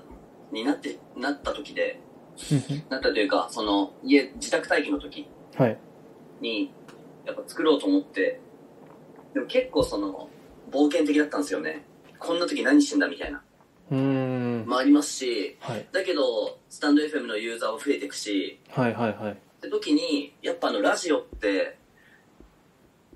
になって、なった時で、なったというか、その、家、自宅待機の時
はい
に、やっぱ作ろうと思って、でも結構その、冒険的だったんですよね。こんな時何してんだみたいな。
うーん
もありますし、
はい
だけど、スタンド FM のユーザーも増えていくし、
はいはいはい
って時に、やっぱあの、ラジオって、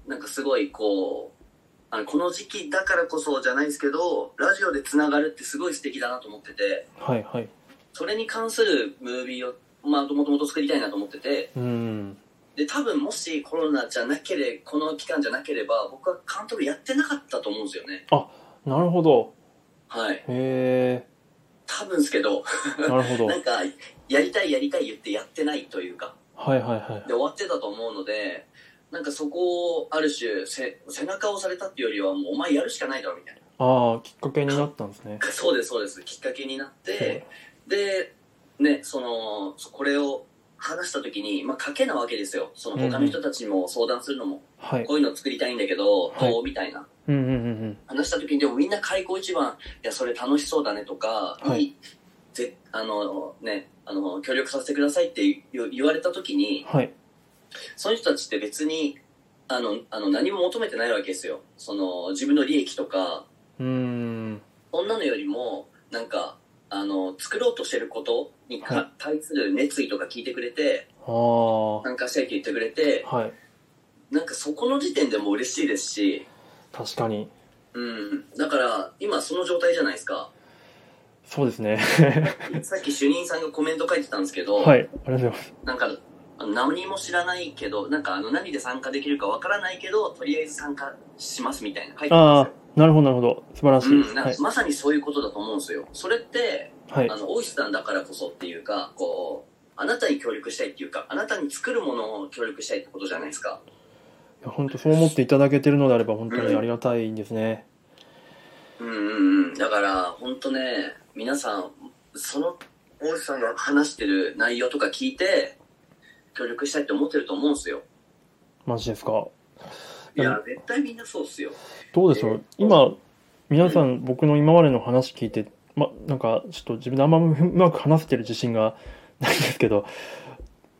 なんかすごいこう、あのこの時期だからこそじゃないですけど、ラジオで繋がるってすごい素敵だなと思ってて、
はいはい
それに関するムービーを、まあ、もともと作りたいなと思ってて、
うーん
で多分もしコロナじゃなければこの期間じゃなければ僕は監督やってなかったと思うんですよね
なるほど
はい
へ
多分ですけど
えなるほど
なんかやりたいやりたい言ってやってないというか
はいはいはい
で終わってたと思うのでなんかそこをある種せ背中を押されたっていうよりはもうお前やるしかないだろみたいな
ああきっかけになったんですね。
そうですそうですきっかけになっ
はい
てでねそのそこれを話した時にまあ賭けなわけですよその他の人たちにも相談するのも、
はい
こういうの作りたいんだけど
はい
どうみたいな
うんうんうん
話した時にでもみんな開口一番「いやそれ楽しそうだね」とか「
はい
いいぜあのねあの協力させてください」って言う言われた時
うん
に
はい
その人たちって別にあのあの何も求めてないわけですよその自分の利益とか
うーん
そんなのよりもなんかあの作ろうとしてることにた、
はい
対する熱意とか聞いてくれて
ああは
参加したいって言ってくれて
い
なんかそこの時点でもう嬉しいですし、
確かに
うん、だから今その状態じゃないですか。
そうですね *laughs*
さっき主任さんがコメント書いてたんですけど、
はいありがとうございます
なんかあの何も知らないけどなんかあの何で参加できるかわからないけどとりあえず参加しますみたいな書いてたん
あ
で
あなるほどなるほど素晴らし
すよ、う
い
ん、なん
は
か
い
まさにそういうことだと思うんですよそれって
はい
あの大石さんだからこそっていうかこうあなたに協力したいっていうかあなたに作るものを協力したいってことじゃないですか
いや本当そう思っていただけてるのであれば本当にありがたいんですね。
うんうんうんだから本当ね皆さんその大内さんが話してる内容とか聞いて、協力したいって思ってると思うんですよ。
マジですか。
い
で
や
も、
絶対みんなそうっすよ。
どうでしょ
え
う
ー。
今、皆さん、僕の今までの話聞いて、ま、なんか、ちょっと自分であんまうまく話せてる自信がないんですけど、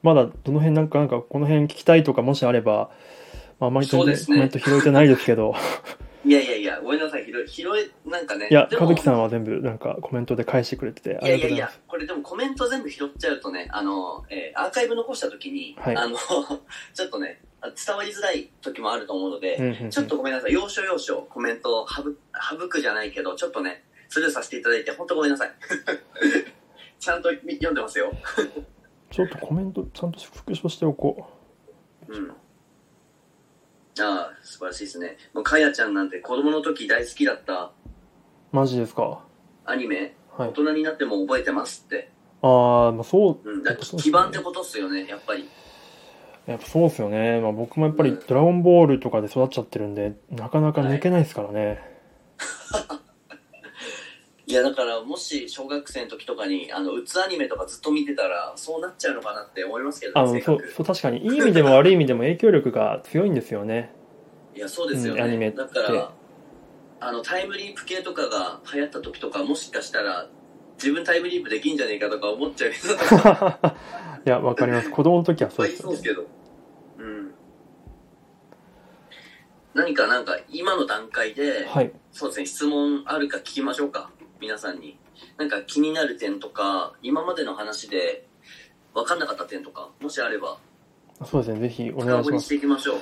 まだどの辺なんか、なんかこの辺聞きたいとかもしあれば、まあ、あんまり
そうですね
コメント拾えてないですけ
*laughs*
ど、
いやいやいや、ごめんなさい、拾い、拾え、なんかね。
いや、
で
か
も
ぶきさんは全部なんかコメントで返してくれてて、あ
いや
り
い
がとうございま
やいや
す。、
これでもコメント全部拾っちゃうとね、あの、えーアーカイブ残した時に、
はい
あの、 *laughs* ちょっとね、伝わりづらい時もあると思うので、
うんうんうん
ちょっとごめんなさい、要所要所コメントを省省くじゃないけど、ちょっとね、スルーさせていただいて、本当ごめんなさい。 *laughs* ちゃんとみ読んでますよ。
ちょっとコメントちゃんと復唱しておこ
うん。ああ、素晴らしいですね。もう、かやちゃんなんて子供の時大好きだった
う。マジですか。
アニメ、
は
大
い。
人になっても覚えてますって。
ああ、まあそう、
うん。だから
そうですね
基盤ってことっすよね、やっぱり。
やっぱそうですよね。まあ僕もやっぱりドラゴンボールとかで育っちゃってるんで、なかなか抜けないですからね。
いやだからもし小学生の時とかにあのうつアニメとかずっと見てたらそうなっちゃうのかなって思いますけど
あ
ね
の、
性
そ
格
う、そう、確かに、いい意味でも悪い意味でも影響力が強いんですよね。 *laughs*
いやそうですよね、
うんアニメって
だからあのタイムリープ系とかが流行った時とかもしかしたら自分タイムリープできんじゃねえかとか思っちゃう人
*laughs*
とか
いや、わかります。子供の時はそう
い
で
っぱいい
す
そ
よね。
うですけどうん何かなんか今の段階で、
はい。
そうですね質問あるか聞きましょうか皆さんになんか気になる点とか今までの話で分かんなかった点とかもしあれば
そうですね。ぜひお願
深
いし
掘
ま
りし
す。
ていきましょう。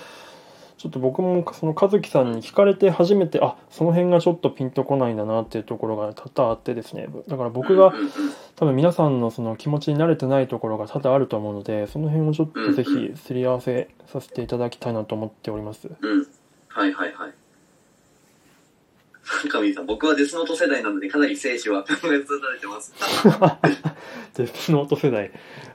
ちょっと僕も、その、和樹さんに聞かれて初めて、あ、その辺がちょっとピンとこないんだなっていうところが多々あってですね。だから僕が
うんうんうん
多分皆さんのその気持ちに慣れてないところが多々あると思うので、その辺をちょっとぜひすり合わせさせていただきたいなと思っております。
うん。はいはいはい。神さん、僕はデスノート世代なのでかなり生死は *laughs* 考えさられてます。
デスノート世代。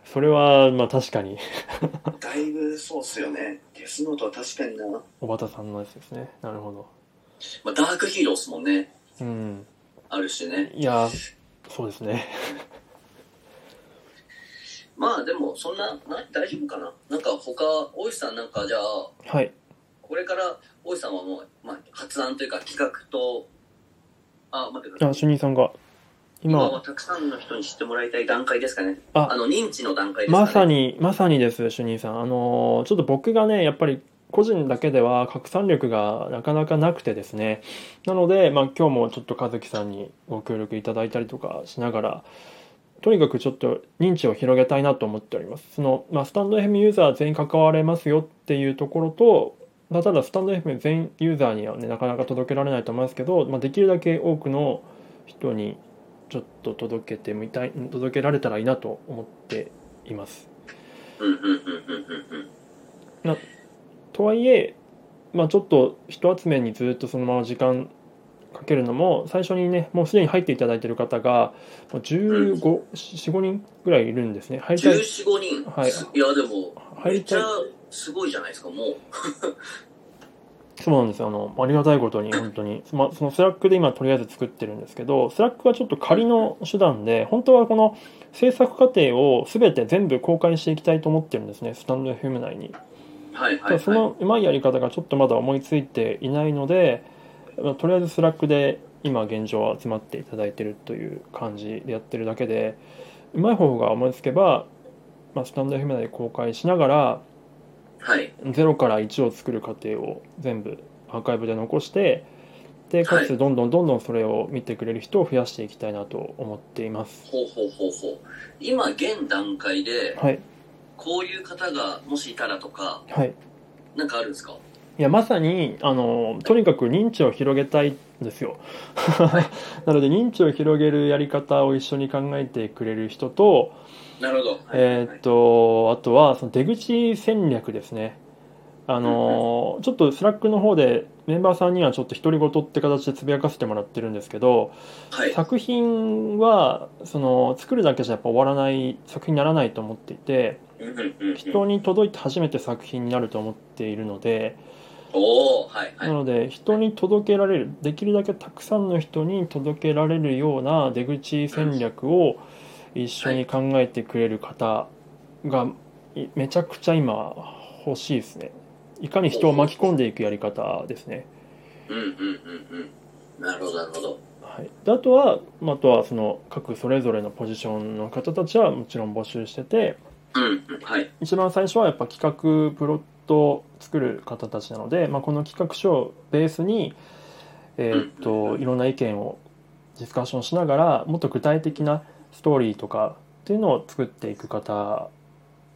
それは、まあ確かに、 *laughs*
だいぶそうっすよね。デスノートは確かにな。ま
小畑さんのやつですね。なるほど。
あ、ダークヒーローっすもんね。
うん。
あるしね。
いや、そうですね。
まあでも、そんな、な大丈夫かななんか他、大石さんなんかじゃあ、
はい。
これから大石さんはもう、まあ、発案というか企画と、あ、待ってくださ
あ、
い。
主任さんが、
今
今
は、たくさんの人に知ってもらいたい段階ですかね。
あ
あの、認知の段階ですかね。
まさに、まさにです、主任さん。あのー、ちょっと僕がね、やっぱり個人だけでは拡散力がなかなかなくてですね。なので、まあ今日もちょっと和樹さんにご協力いただいたりとかしながら、とにかくちょっと認知を広げたいなと思っております。その、まあ、スタンド FM ユーザー全員関われますよっていうところと、まあただスタンド FM 全ユーザーにはね、なかなか届けられないと思いますけど、まあ、できるだけ多くの人にちょっと届けてみたい、届けられたらいいなと思っています。
うんうんうんうんうんうん。
とはいえ、まあ、ちょっと人集めにずっとそのまま時間かけるのも最初にねもうすでに入っていただいている方が1545人ぐらいいるんですね入りたい
14、5人、
はい
すいやでも、
入
め
り
っち
た
ゃ
い
すごいじゃないですか、もう。
そうなんですあのありがたいことに本当に、まあ、そのスラックで今とりあえず作ってるんですけどスラックはちょっと仮の手段で本当はこの制作過程を全て全部公開していきたいと思ってるんですねスタンド FM 内に。
はいは
ただ
い、はい。
そのうまいやり方がちょっとまだ思いついていないので、まあとりあえずスラックで今現状は集まっていただいてるという感じでやってるだけでうまい方法が思いつけば、まあ、スタンド FM で公開しながら
はい。
0から1を作る過程を全部アーカイブで残してでか
は
つどんどんどんどんそれを見てくれる人を増やしていきたいなと思っています。
ほうほうほうほう。今、現段階で、
はい、
こういう方がもしいたらとか、
はい
なんかあるんですか
いやまさにあのとにかく認知を広げたいんですよ *laughs* なので認知を広げるやり方を一緒に考えてくれる人と、
なるほど。
えーっとあとはその出口戦略ですねあのちょっとスラックの方でメンバーさんにはちょっと独り言って形でつぶやかせてもらってるんですけど
はい。はい。
作品はその作るだけじゃやっぱ終わらない作品にならないと思っていて
うんうんうんうん
人に届いて初めて作品になると思っているので。
おおはいは。
ないので人に届けられるできるだけたくさんの人に届けられるような出口戦略を一緒に考えてくれる方がいめちゃくちゃ今欲しいですねいかに人を巻き込んでいくやり方ですね、
うんうんうんうん。なるほど、なるほど。
はい、であとはあとはその各それぞれのポジションの方たちはもちろん募集してて
うんうん、はい。
一番最初はやっぱ企画プロットを作る方たちなので、まあ、この企画書をベースに、えーっといろんな意見をディスカッションしながらもっと具体的なストーリーとかっていうのを作っていく方、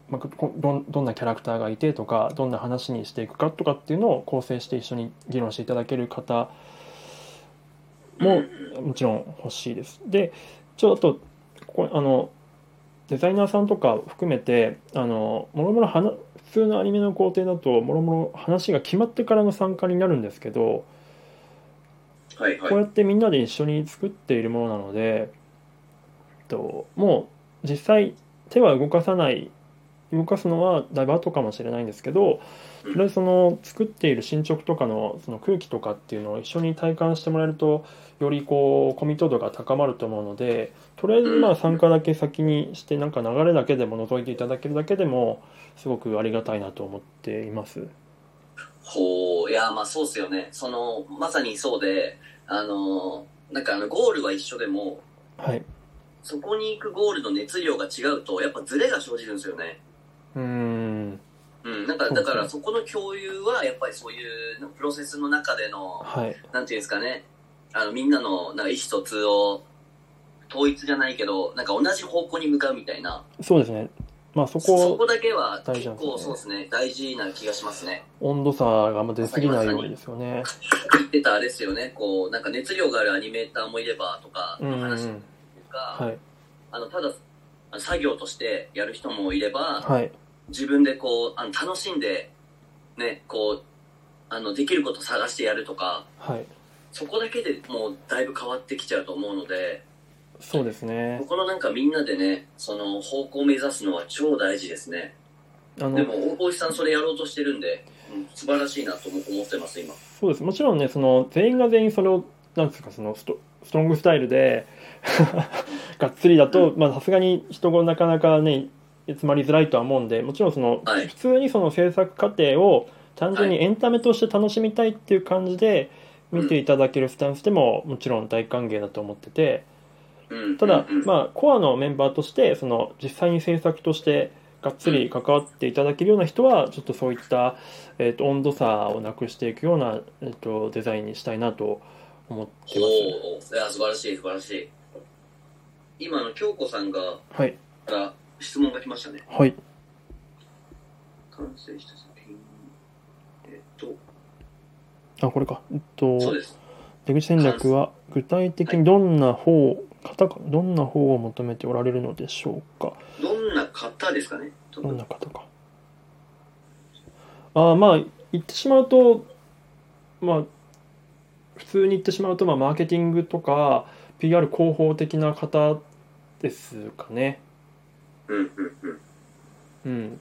まあ、こどんどんなキャラクターがいてとかどんな話にしていくかとかっていうのを構成して一緒に議論していただける方も
んん
もちろん欲しいです。でちょっとここあのデザイナーさんとか含めてあのもろもろはな普通のアニメの工程だともろもろ話が決まってからの参加になるんですけど
はいは
こう
い。
やってみんなで一緒に作っているものなので、えっと、もう実際手は動かさない動かすのはだいぶ後かもしれないんですけどとりあえずその作っている進捗とかのその空気とかっていうのを一緒に体感してもらえるとよりこうコミット度が高まると思うのでとりあえずま
う
あ
ん
参加だけ先にしてなんか流れだけでも覗いていただけるだけでもすごくありがたいなと思っています。
ほう、いや、まあそうっすよね。その、まさにそうで、あの、なんかあの、ゴールは一緒でも、
はい、
そこに行くゴールの熱量が違うと、やっぱズレが生じるんですよね。
うーん
うん、なんか、だからそこの共有は、やっぱりそういう、プロセスの中での、
はい
なんていうんですかね、あの、みんなの、なんか意思疎通を、統一じゃないけど、なんか同じ方向に向かうみたいな、
そうですね、まあ、そ
そそ
こ
こだけは
大
結
事なんですね
構そうですね、大事な気がしますね。
温度差があんま出過ぎないようにですよ
*laughs*
ね。
言ってたあれですよね、こう、なんか熱量があるアニメーターもいればとか
うん
の
う
話と
ん、
か、
はい、
あの、ただ、あの作業としてやる人もいれば、
はい、
自分でこう、あの楽しんで、ね、こう、あの、できること探してやるとか、
はい、
そこだけでもうだいぶ変わってきちゃうと思うので、
そうですね
こ。このなんかみんなでね、その方向を目指すのは超大事ですね。
あ
で
の
も、大越さんそれやろうとしてるんで、うん素晴らしいなと思思ってます、今。
そうですもちろんねその全員が全員それをなんですかそのストストロングスタイルで *laughs* がっつりだとまあさすがに人がなかなかね詰まりづらいとは思うんでもちろんその、
はい
普通にその制作過程を単純にエンタメとして楽しみたいっていう感じで見ていただけるスタンスでももちろん大歓迎だと思ってて
うん、
ただ
うんうん
まあコアのメンバーとしてその実際に制作としてがっつり関わっていただけるような人はちょっとそういった、えー、と温度差をなくしていくような、えー、とデザインにしたいなと思ってま
おおいや素晴らしい素晴らしい今の京子さんが
す。はい、
から質問が来ましたね
はい、
完成した作品えっと
あこれか、えっと、
そうです
出口戦略は具体的にどんな方を、方かどんな方を求めておられるのでしょうか。
どんな方ですかね
どんな方か。あーまあ言ってしまうとまあ普通に言ってしまうと、まあ、マーケティングとか PR 広報的な方ですかね。
うんうんうん
うん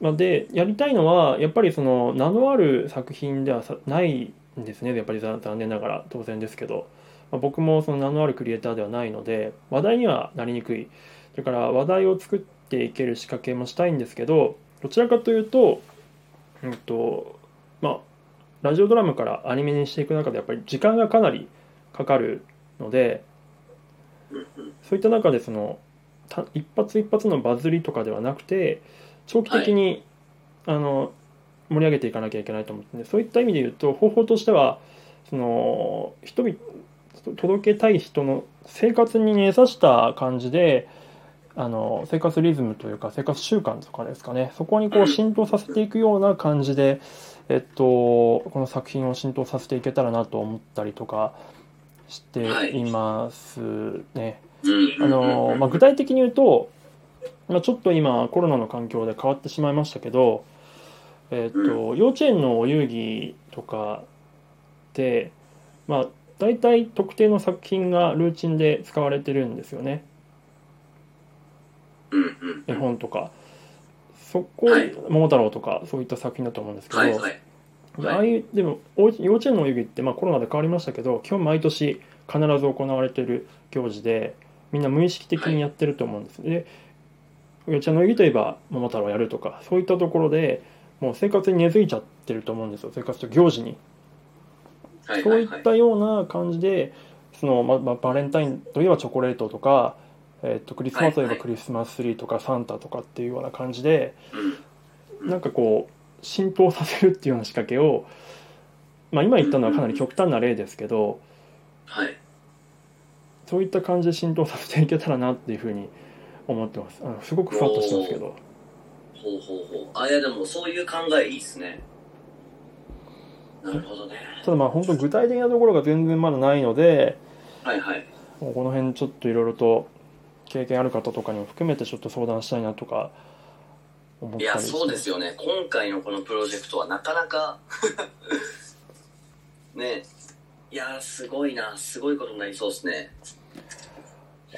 まあ、でやりたいのはやっぱりその名のある作品ではさないんですねやっぱり残残念ながら当然ですけど、まあ、僕もその名のあるクリエイターではないので話題にはなりにくいだから話題を作っていける仕掛けもしたいんですけどどちらかというと,、うんとまあ、ラジオドラマからアニメにしていく中でやっぱり時間がかなりかかるので
うんうん
そういった中でそのた一発一発のバズりとかではなくて長期的に、あの盛り上げていかなきゃいけないと思って、ね、そういった意味で言うと方法としてはその人々届けたい人の生活に根ざした感じであの生活リズムというか生活習慣とかですかねそこにこ
う
うん浸透させていくような感じで、えっと、この作品を浸透させていけたらなと思ったりとかしていますね。
うん
あのまあ、具体的に言うと、まあ、ちょっと今コロナの環境で変わってしまいましたけど、えーと幼稚園のお遊戯とかで、まあ、大体特定の作品がルーチンで使われてるんですよね
うんうん
絵
うん
本とか。そこ、
はい
桃太郎とかそういった作品だと思うんですけど、
はいはい
でああいうでもお幼稚園のお遊戯って、まあ、コロナで変わりましたけど基本毎年必ず行われてる行事でみんな無意識的にやってると思うんです。でお茶の湯といえば桃太郎やるとかそういったところでもう生活に根付いちゃってると思うんですよ生活と行事に。
はい
そ
は
うい
いは
っ
い。
たような感じでその、ままバレンタインといえばチョコレートとか、えっとクリスマスといえばクリスマスツリーとかサンタとかっていうような感じで
うん
なんかこう浸透させるっていうような仕掛けを、まあ、今言ったのはかなり極端な例ですけど
はい。
そういった感じで浸透させていけたらなっていうふうに思ってますあのすごくふわっとしてますけど
ほうほうほう。あ、いやでもそういう考えいいっすね。なるほどね。
ただまあ本当具体的なところが全然まだないので
はいはい。
もうこの辺ちょっといろいろと経験ある方とかにも含めてちょっと相談したいなとか思っ
い
た
や、
りして
そうですよね。今回のこのプロジェクトはなかなか、 *laughs* ねいやー、すごいな。すごいことになりそうですね。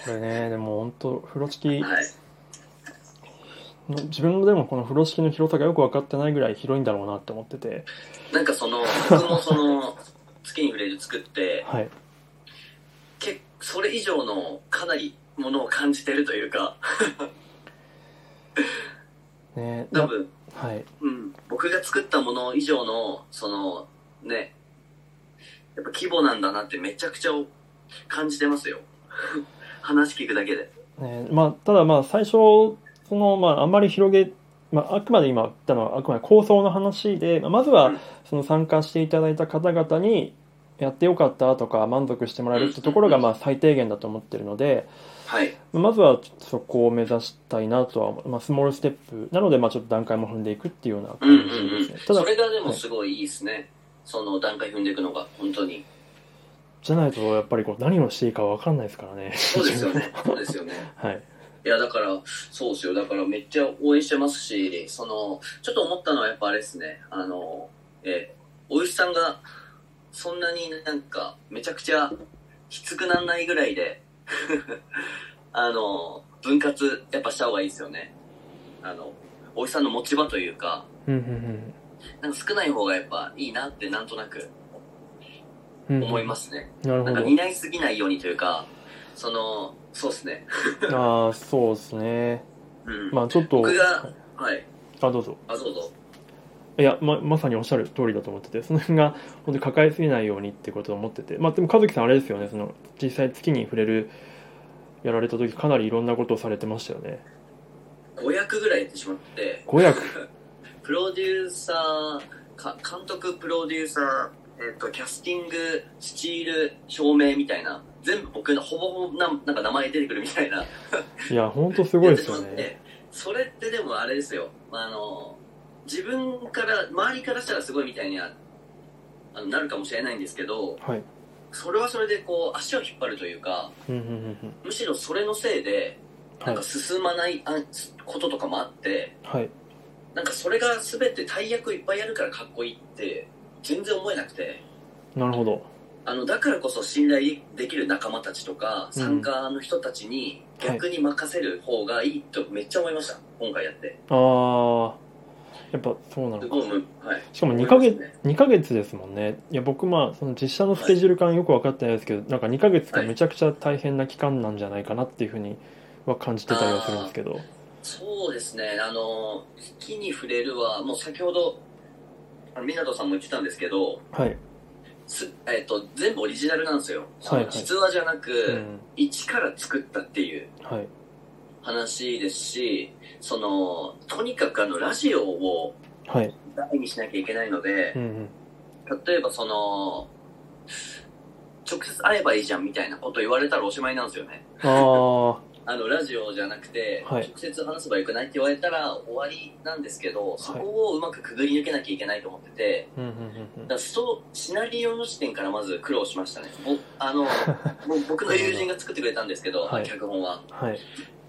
これねでも本当風呂敷の
はい。
自分でもこの風呂敷の広さがよく分かってないぐらい広いんだろうなって思ってて
なんかその、僕もその、 *laughs* 月に触れる作って、
はい
けそれ以上のかなりものを感じてるというか、
ね
多
な
分、
はい
うん、僕が作ったもの以上の、その、ね、やっぱ規模なんだなってめちゃくちゃ感じてますよ。 *laughs* 話聞くだけで。
ねまあ、ただまあ最初その、まあ、あんまり広げ、まあ、あくまで今言ったのはあくまで構想の話で、まあまず
う
は
ん
その参加していただいた方々にやってよかったとか満足してもらえるってところが
うん
まあ最低限だと思ってるので
はい。
まずはちょっとそこを目指したいなとは思う、まあ、スモールステップなのでまあちょっと段階も踏んでいくっていうような
うんう
感
んう
じ
ん
ですね。ただ
それがでもすごいいいですね。その段階踏んでいくのが、本当に。
じゃないとやっぱりこう何をしていいか分かんないですからね。
そうですよね。そうですよね。
*laughs* はい、
いや、だから、そうですよ。だから、めっちゃ応援してますし、その、ちょっと思ったのは、やっぱあれですね。あの、え、おじさんが、そんなになんか、めちゃくちゃ、きつくなんないぐらいで、 *laughs* あの、分割、やっぱした方がいいですよね。あの、おじさんの持ち場というか、
うんうん
なんか少ない方がやっぱいいなって、なんとなく
うんうん
思いますね。
なるほ
なんか、
ど
担いすぎないようにというか、その、そうですね。
ああそうですね
うん。
まあちょっと
僕がはい。
あどうぞ
あ、どうぞ。
いやままさにおっしゃる通りだと思っててその辺 *laughs* が本当に抱えすぎないようにってことを思っててまあでも和樹さんあれですよねその実際月に触れるやられた時かなりいろんなことをされてましたよね
500ぐらいやってしまって、
5役
プロデューサー、か監督、プロデューサー、えっと、キャスティング、スチール、照明みたいな、全部僕のほぼほぼななんか名前出てくるみたいな、
いや本当すごいですよ
やってしま
ね
ってそれってでもあれですよ、まあ、あの、自分から、周りからしたらすごいみたいにはあのなるかもしれないんですけど、
はい
それはそれでこう、足を引っ張るというか、
うんうんうんうん
むしろそれのせいで、
は
なん
い
か進まないあこととかもあって、
はい
なんかそれが全て大役いっぱいやるからかっこいいって全然思えなくて
なるほど
あのだからこそ信頼できる仲間たちとか
うん
参加の人たちに逆に任せる方がいいとめっちゃ思いました、今回やって
ああやっぱそうなの
す
か
ごい思うはい
しかも2ヶ月
思いますね
2ヶ月ですもんねいや僕まあその実写のスケジュール感よく分かってないですけど、なんか2ヶ月がめちゃくちゃ大変な期間なんじゃないかなっていうふうには感じてたりはするんですけど
そうですねあの「木に触れるは」もう先ほどあの湊さんも言ってたんですけど
はい、
す、えっと全部オリジナルなんですよ、その
はいはい
実話じゃな
う
く、
ん、
一から作ったっていう
はい
話ですし、その、とにかくあの、ラジオを
はい
大にしなきゃいけないので
う、ん
例えばその、直接会えばいいじゃんみたいなこと言われたらおしまいなんですよね。
ああは
あの、ラジオじゃなくて、
はい
直接話せばよくないって言われたら終わりなんですけど、そこをうまくくぐり抜けなきゃいけないと思ってて、
うんうんうん
だからそう、シナリオの視点からまず苦労しましたね。ぼ
*laughs*
あの、ぼ僕の友人が作ってくれたんですけど、
はい
脚本は。
はい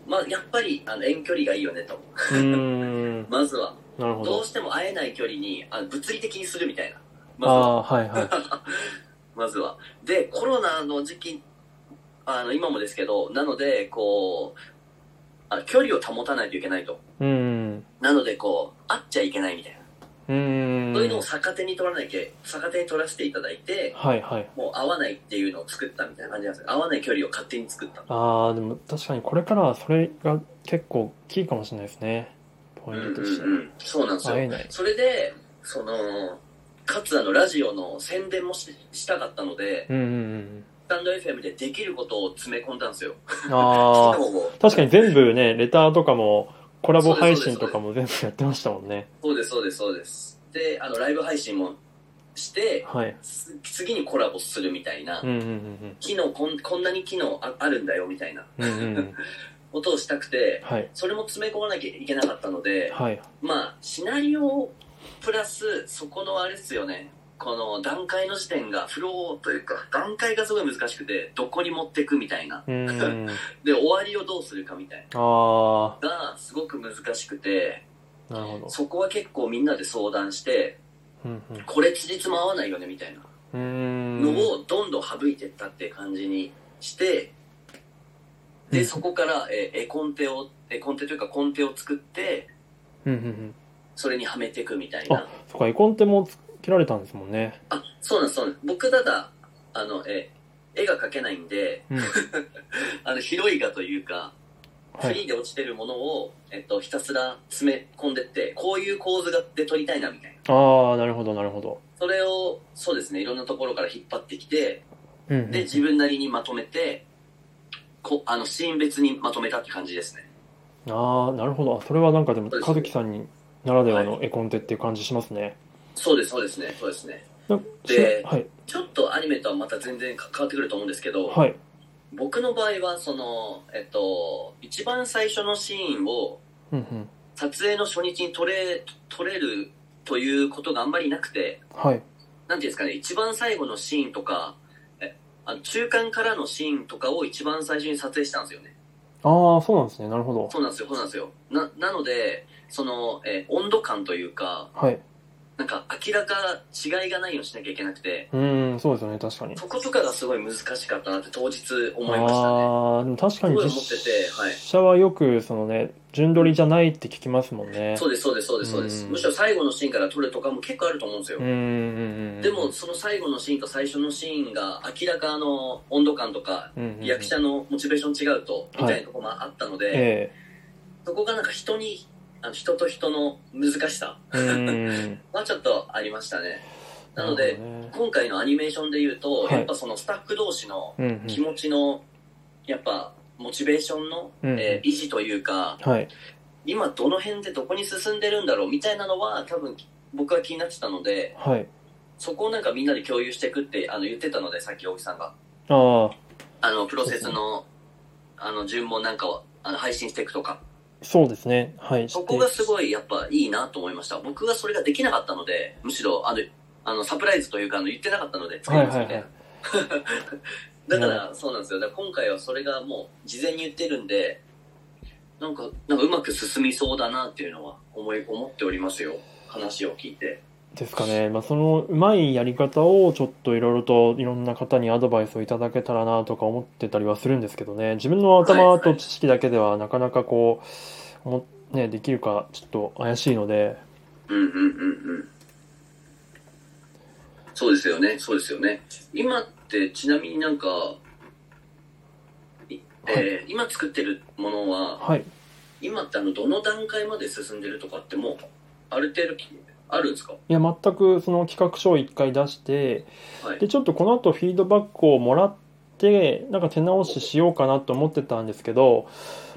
まあ、やっぱり、あの、遠距離がいいよねと。
うーん
まずは。
なるほ
ど
ど
うしても会えない距離にあ物理的にするみたいなまずは
ああーはいはい
まずはでコロナの時期あの今もですけどなのでこうあ距離を保たないといけないと
うん
なのでこう会っちゃいけないみたいな
うーん。
そういうのを逆手に取らなきゃ、逆手に取らせていただいて、
はいはい。
もう合わないっていうのを作ったみたいな感じなんですよ。合わない距離を勝手に作った。
ああ、でも確かにこれからはそれが結構キーかもしれないですね。ポ
う
イ
んう
ン
ん
トとして。
うん。そうなんですよ
会。えない。
それで、その、かつあの、ラジオの宣伝もししたかったので、
うんうんうん。
スタンド FM でできることを詰め込んだんですよ。
ああ、
機能を
確かに全部ね、レターとかも、コラボ配信とかも全部やってましたもんね。
そうです、そうです、そうです。で、あの、ライブ配信もして、
はい。
つ次にコラボするみたいな、
うんうんうん
機能こん、こんなに機能ああるんだよみたいな
うん。うんうんうん。
ことをしたくて、
はい。
それも詰め込まなきゃいけなかったので、
はい。
まあ、シナリオプラス、そこのあれですよね、この段階の時点が、フローというか、段階がすごい難しくて、どこに持ってくみたいな。
うーん。
で、終わりをどうするかみたい
あ
な。が、すごく難しくて、
あ、なるほど。
そこは結構みんなで相談して、
うん
これ辻褄合わないよねみたいな
うん。う
の
ーん。
をどんどん省いてったっていう感じにして、
う
で、
ん
そこから、えー絵コンテを、絵コンテというかコンテを作って、
うんうんうん。
それにはめていくみたいな。
そっか、絵コンテもつけられたんですもんね。
あ、そうなんです、そうなんです。僕ただ、あの、えー絵が描けないんで、
うん。
あの、広い画というか、
は
フリ
い。
ーで落ちてるものを、えっと、ひたすら詰め込んでって、こういう構図がで撮りたいなみたいな。
ああ、なるほど、なるほど。
それを、そうですね、いろんなところから引っ張ってきて、
うんうん。
で、自分なりにまとめて、こあの、シーン別にまとめたって感じですね。
ああ、なるほど。あそれはなんかでも、
そうです
和樹さんにならではの絵コンテっていう感じしますね。
そうです、そうですね、そうですね。
な
で
しはい。
ちょっとアニメとはまた全然か変わってくると思うんですけど、
はい。
僕の場合は、その、えっと、一番最初のシーンを、
うんうん。
撮影の初日に撮れ、撮れるということがあんまりなくて、
はい。
なんていうんですかね、一番最後のシーンとか、えあの中間からのシーンとかを一番最初に撮影したんですよね。
ああ、そうなんですね。なるほど。
そうなんですよ、そうなんですよ。な、なので、その、えー温度感というか、
はい。
なんか明らか違いがないようにしなきゃいけなくて、
うーん、そうですよね。確かに。
そことかがすごい難しかったなって当日思いました
あ
ね。
あ、でも確かに
すごい
実
思っててはい
写はよく、そのね、順取りじゃないって聞きますもんね。
そうです、そうです、そうです、そうです。
うん
むしろ最後のシーンから撮るとかも結構あると思うんですよ
う。んうんうん。
でも、、その最後のシーンと最初のシーンが明らかあの温度感とか、
うんうん、
役者のモチベーション違うと、みたいなとこもあったので、
え
そこがなんか人に、あの人と人の難しさ
えうん。
はちょっとありましたね。なの
る
で、
ほどね
今回のアニメーションで言うと、
はい
やっぱそのスタッフ同士の
うん
気持ちの、やっぱ、モチベーションの、
うんうん
えー維持というか、
うん。はい。
今どの辺でどこに進んでるんだろうみたいなのは多分僕は気になってたので、
はい。
そこをなんかみんなで共有していくってあの言ってたので、さっき大木さんが。
ああ、
あの、プロセスの、あの、順もなんかをあの配信していくとか。
そうですね。はい。
そこがす
い。
ごいやっぱいいなと思いました。僕がそれができなかったので、むしろあの、あの、サプライズというかあの言ってなかったので作
は
り
い
ます
は
よ
いはい
ね。。 *laughs* だから、そうなんですよ。だから今回はそれがもう事前に言ってるんで、なんか、なんかうまく進みそうだなっていうのは思い、思っておりますよ。話を聞いて。
ですかね、まあ、そのうまいやり方をちょっといろいろといろんな方にアドバイスをいただけたらなとか思ってたりはするんですけどね自分の頭と知識だけではなかなかこう、もね、できるかちょっと怪しいので
うんうんうんうん。そうですよね、そうですよね。今ってちなみになんか、いえー今作ってるものは、
はい
今ってあの、どの段階まで進んでるとかってもう、ある程度きあるんですか
いや全くその企画書を1回出して
はい。
でちょっとこの後フィードバックをもらってなんか手直ししようかなと思ってたんですけど、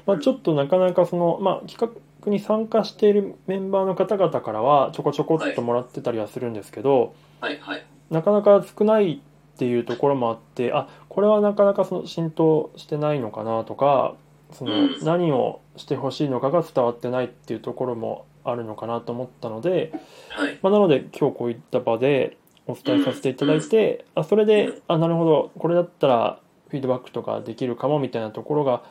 まあ、ちょっとなかなかその、まあ、企画に参加しているメンバーの方々からはちょこちょこっともらってたりはするんですけど、
はいはい。
なかなか少ないっていうところもあってあこれはなかなかその浸透してないのかなとかその
うん
何をしてほしいのかが伝わってないっていうところもあるのかなと思ったので、
はい。
まあ、なので今日こういった場でお伝えさせていただいてあそれであなるほどこれだったらフィードバックとかできるかもみたいなところが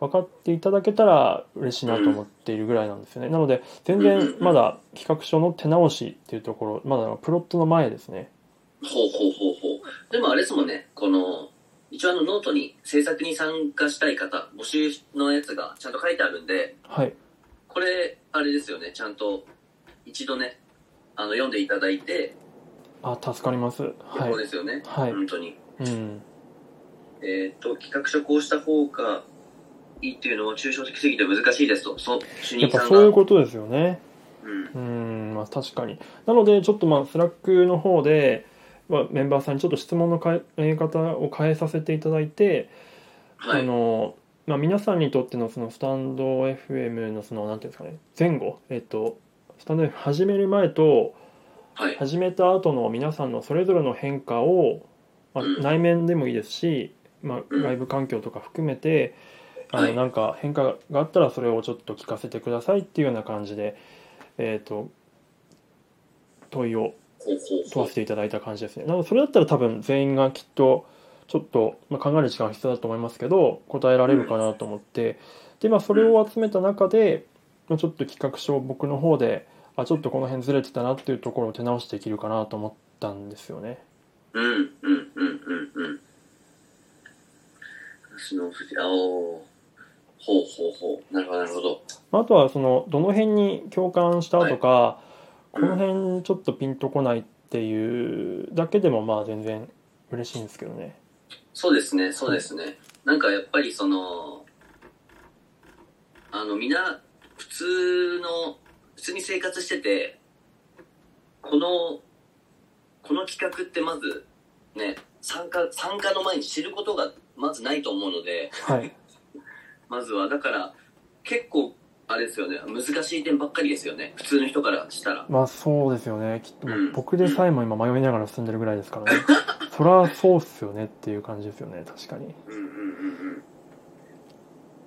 分かっていただけたら嬉しいなと思っているぐらいなんですよねなので全然まだ企画書の手直しっていうところまだプロットの前ですね
ほうほうほうほう。でもあれですもんね、この、一応あのノートに制作に参加したい方、募集のやつがちゃんと書いてあるんで、
はい
これ、あれですよね、ちゃんと、一度ね、ああの読んでいただいて、
あ、助かります。は
そう
い。
ですよね、
はい。
本当に。
うん。
えーっと、企画書こうした方がいいっていうのも抽象的すぎて難しいですと、そう主
や
任
っぱ
さんが。
そういうことですよね。
うん
うん、まあ確かに。なので、ちょっとまあ、スラックの方で、まあ、メンバーさんにちょっと質問の変え方を変えさせていただいて、
は
あ
い、
の、まあ、皆さんにとってのそのスタンド FM のその、なんていうんですかね、前後、えっと、スタンド FM 始める前と、
はい、
始めた後の皆さんのそれぞれの変化を、まあ
うん
内面でもいいですし、まあ、
うん
外部環境とか含めて、あ
は
の
い
なんか変化があったらそれをちょっと聞かせてくださいっていうような感じで、えー、と問いを
ほうほ
問
う
わ
ほ
せていただいた感じですね。なのでそれだったら多分全員がきっとちょっと、まあ、考える時間が必要だと思いますけど答えられるかなと思ってで、まあ、それを集めた中で、まあ、ちょっと企画書を僕の方であちょっとこの辺ずれてたなっていうところを手直しできるかなと思ったんですよね。
う。うん、うん、うん、うん、うん。私の藤、あおーほうほうほう。なるほど、なるほど。
まああとはそのどの辺に共感したとか、こ
い
の辺ちょっとピンとこないっていうだけでもまあ全然嬉しいんですけどね。
そうですね、そうですね。なんかやっぱりその、あの、みんな、普通の、普通に生活してて、この、この企画ってまず、ね、参加、参加の前に知ることがまずないと思うので、
はい、
まずは、だから、結構、あれですよね、難しい点ばっかりですよね、普通の人からしたら。
まあそうですよねきっと
うん
僕でさえも今迷いながら進んでるぐらいですからねそりゃそうっすよねっていう感じですよね確かに
うんうんうんうん。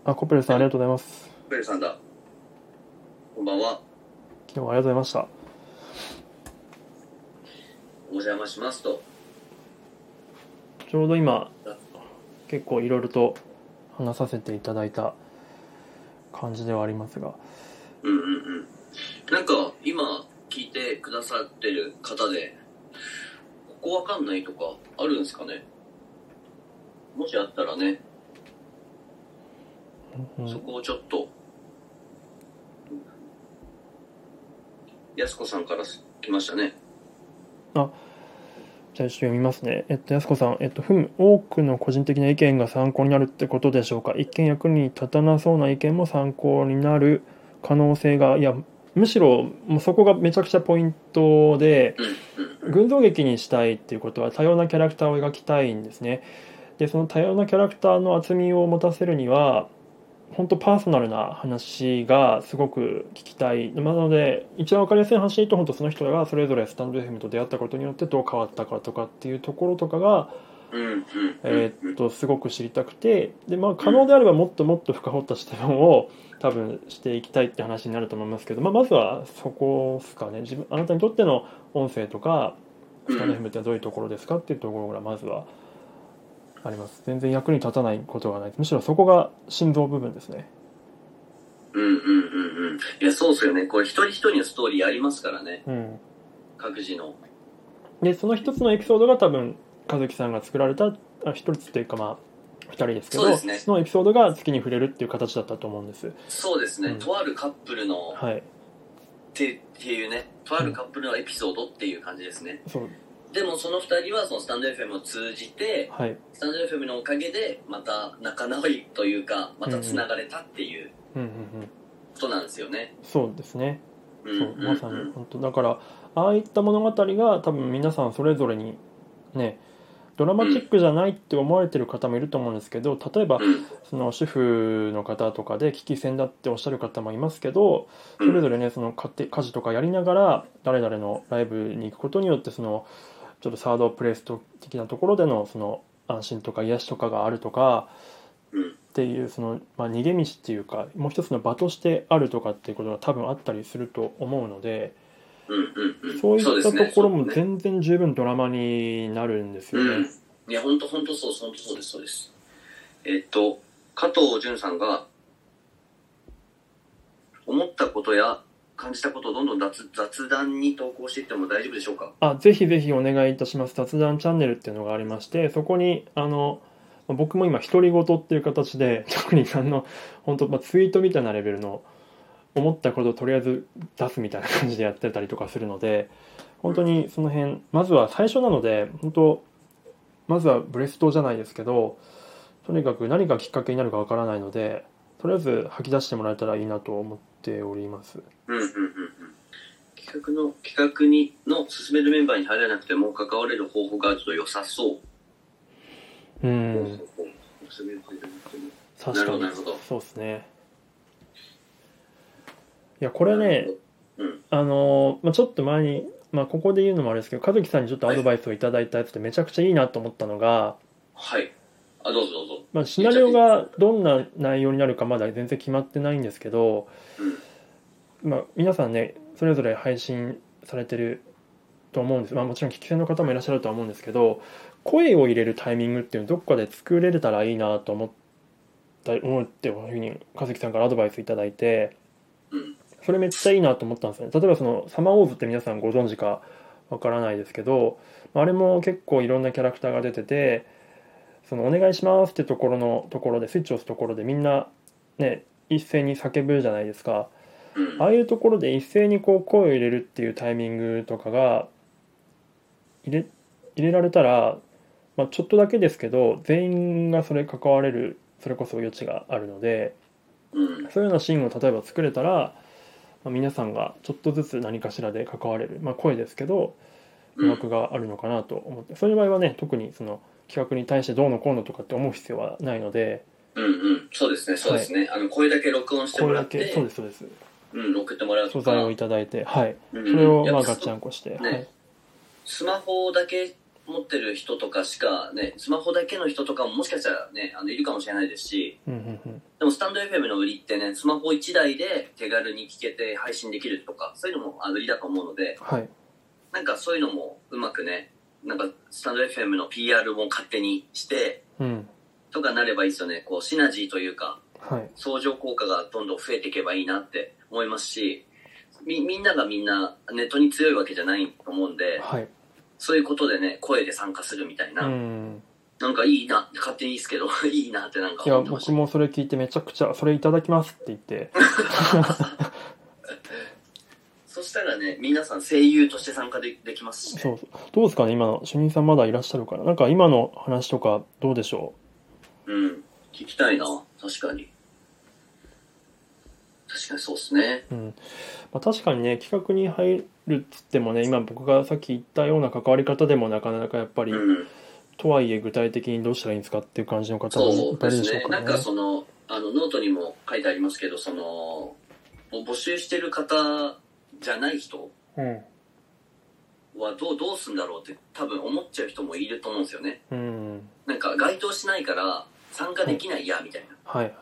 あコペルさんありがとうございます
ペルさんだ。こんばんは。
今日はありがとうございま
お邪魔しますと。
したちょうど今結構いろいろと話させていただいた感じではありますが
うんうんうん。なんか、今、聞いてくださってる方で、ここわかんないとか、あるんですかねもしあったらね、
うん
そこをちょっと、やすこさんからす来ましたね。
じゃあ一緒に読みますね。えっと、安子さん、えっと、ふむ、多くの個人的な意見が参考になるってことでしょうか。一見役に立たなそうな意見も参考になる可能性が、いや、むしろ、もうそこがめちゃくちゃポイントで、
うん
群像劇にしたいっていうことは多様なキャラクターを描きたいんですね。で、その多様なキャラクターの厚みを持たせるには、本当パーソナルな話がすごく聞きたい。なので、一番わかりやすい話で言うと、本当その人がそれぞれスタンド FM と出会ったことによってどう変わったかとかっていうところとかが、
うん。うんうん。
えーっ
と、
と、すごく知りたくて、で、まあ可能であればもっともっと深掘った質問を多分していきたいって話になると思いますけど、まあまずはそこですかね。自分、あなたにとっての音声とか、スタンド FM ってどういうところですかっていうところがまずはあります。全然役に立たないことがない。むしろそこが心臓部分ですね。
うんうんうんうん。いや、そうですよね。これ一人一人のストーリーありますからね。
うん。
各自の。
でその一つのエピソードが多分和樹さんが作られたあ一つというかまあ二人ですけど
そうですね
そのエピソードが月に触れるっていう形だったと思うんです
そうですね。
うん
とあるカップルの、
はい
ってっていうね、とあるカップルのエピソードっていう感じですね。
そう
でもその二人はそのスタンド FM を通じて、
はい
スタンド FM のおかげで、また仲直りというか、また繋がれたっていう
うんうんうん
ことなんですよね。
そうですね
うん
そうまさ
うんう
に
ん
本当だからああいった物語が多分皆さんそれぞれにねドラマチックじゃないって思われてる方もいると思うんですけど例えば
うん
その主婦の方とかで危機戦だっておっしゃる方もいますけどそれぞれねその家庭家事とかやりながら誰々のライブに行くことによってそのちょっとサードプレイス的なところでのその安心とか癒しとかがあるとか
うん
っていうその、まあ、逃げ道っていうかもう一つの場としてあるとかっていうことが多分あったりすると思うので
うんうんうん
そうい
で
った
す
と
ね
ころも
そうですね
全然十分ドラマになるんですよ
うん
ね。
いや、本当本当そうです、本当そうです、そうです。えっと、加藤淳さんが、思ったことや感じたことをどんどん雑雑談に投稿していっても大丈夫でしょうか
あぜひぜひお願いいたします雑談チャンネルっていうのがありましてそこにあのまあ僕も今独り言っていう形で特にあの本当まあツイートみたいなレベルの思ったことをとりあえず出すみたいな感じでやってたりとかするので本当にその辺まずは最初なので本当まずはブレストじゃないですけどとにかく何がきっかけになるかわからないのでとりあえず吐き出してもらえたらいいなと思っております。
うんうんうんうん企画の企画にの進めるメンバーに入らなくても関われる方法がちょっと良さそ
う、
う。うん進める方法も
確かに
なるほどなるほど
そうですねいやこれね、
うん、
あのまあ、ちょっと前に、まあ、ここで言うのもあれですけど和樹さんにちょっとアドバイスをいただいたやつでめちゃくちゃいいなと思ったのが、
はい。あどうぞどうぞ。
まあ、シナリオがどんな内容になるかまだ全然決まってないんですけど、まあ、皆さんねそれぞれ配信されてると思うんです、まあ、もちろん聞き手の方もいらっしゃるとは思うんですけど声を入れるタイミングっていうのどこかで作れれたらいいなと思った思うっていうふうに和樹さんからアドバイスいただいて。
うん
それめっちゃいいなと思ったんですよね例えばその「サマーウォーズ」って皆さんご存知かわからないですけどあれも結構いろんなキャラクターが出てて「そのお願いします」ってところのところでスイッチを押すところでみんなね一斉に叫ぶじゃないですか
うんうん。
ああいうところで一斉にこう声を入れるっていうタイミングとかが入れ入れられたら、まあ、ちょっとだけですけど全員がそれ関われるそれこそ余地があるので。
うん
そういうようなシーンを例えば作れたら、まあ、皆さんがちょっとずつ何かしらで関われる、まあ、声ですけど
う
余
ん
白があるのかなと思って、そういう場合はね特にその企画に対してどうのこうのとかって思う必要はないので
うんうん、そうですね、そうですね。あの、声だけ録音して
こ
も
れ
ら
だ
っ
け
て、
そうですそうです
うん、送ってもらう
素
とか、
材をいただいてはい
うん
それを
やっ
まあ
ぱ
ガッチャンコして、
ね
はい、
スマホだけ持ってる人とかしかね、スマホだけの人とかももしかしたらね、あの、いるかもしれないですし、
うんうんうん
でもスタンド FM の売りってね、スマホ1台で手軽に聞けて配信できるとか、そういうのもあの売りだと思うので、
はい
なんかそういうのもうまくね、なんかスタンド FM の PR も勝手にして、
うん
とかなればいいですよね。こう、シナジーというか、
はい
相乗効果がどんどん増えていけばいいなって思いますしみみんながみんなネットに強いわけじゃないと思うんで
はい
そういうことでね声で参加するみたいな、
うん
なんかいいな勝手にいいですけど *laughs* いいなってなんか
いや
思ってまし
僕
た
もそれ聞いてめちゃくちゃ「それいただきます」って言って
そしたらね皆さん声優として参加でできますし、ね、
そうそうどうですかね今の主任さんまだいらっしゃるからなんか今の話とかどうでしょ
うん聞きたいな確かに確かにそうっすね
う、うんまあ、確かにね企画に入るっつってもね今僕がさっき言ったような関わり方でもなかなかやっぱり、
うん
とはいえ具体的にどうしたらいいんですかっていう感じの方もい
そ
っ
う
ぱい
で
いるでし
す
ょ
ね
うか
なん
ら
か
ね。
そのあのノートにも書いてありますけどその募集してる方じゃない人はどうどうすんだろうって多分思っちゃう人もいると思うんですよね
うん、うん、
なんか該当しないから参加できないやみたいな
はい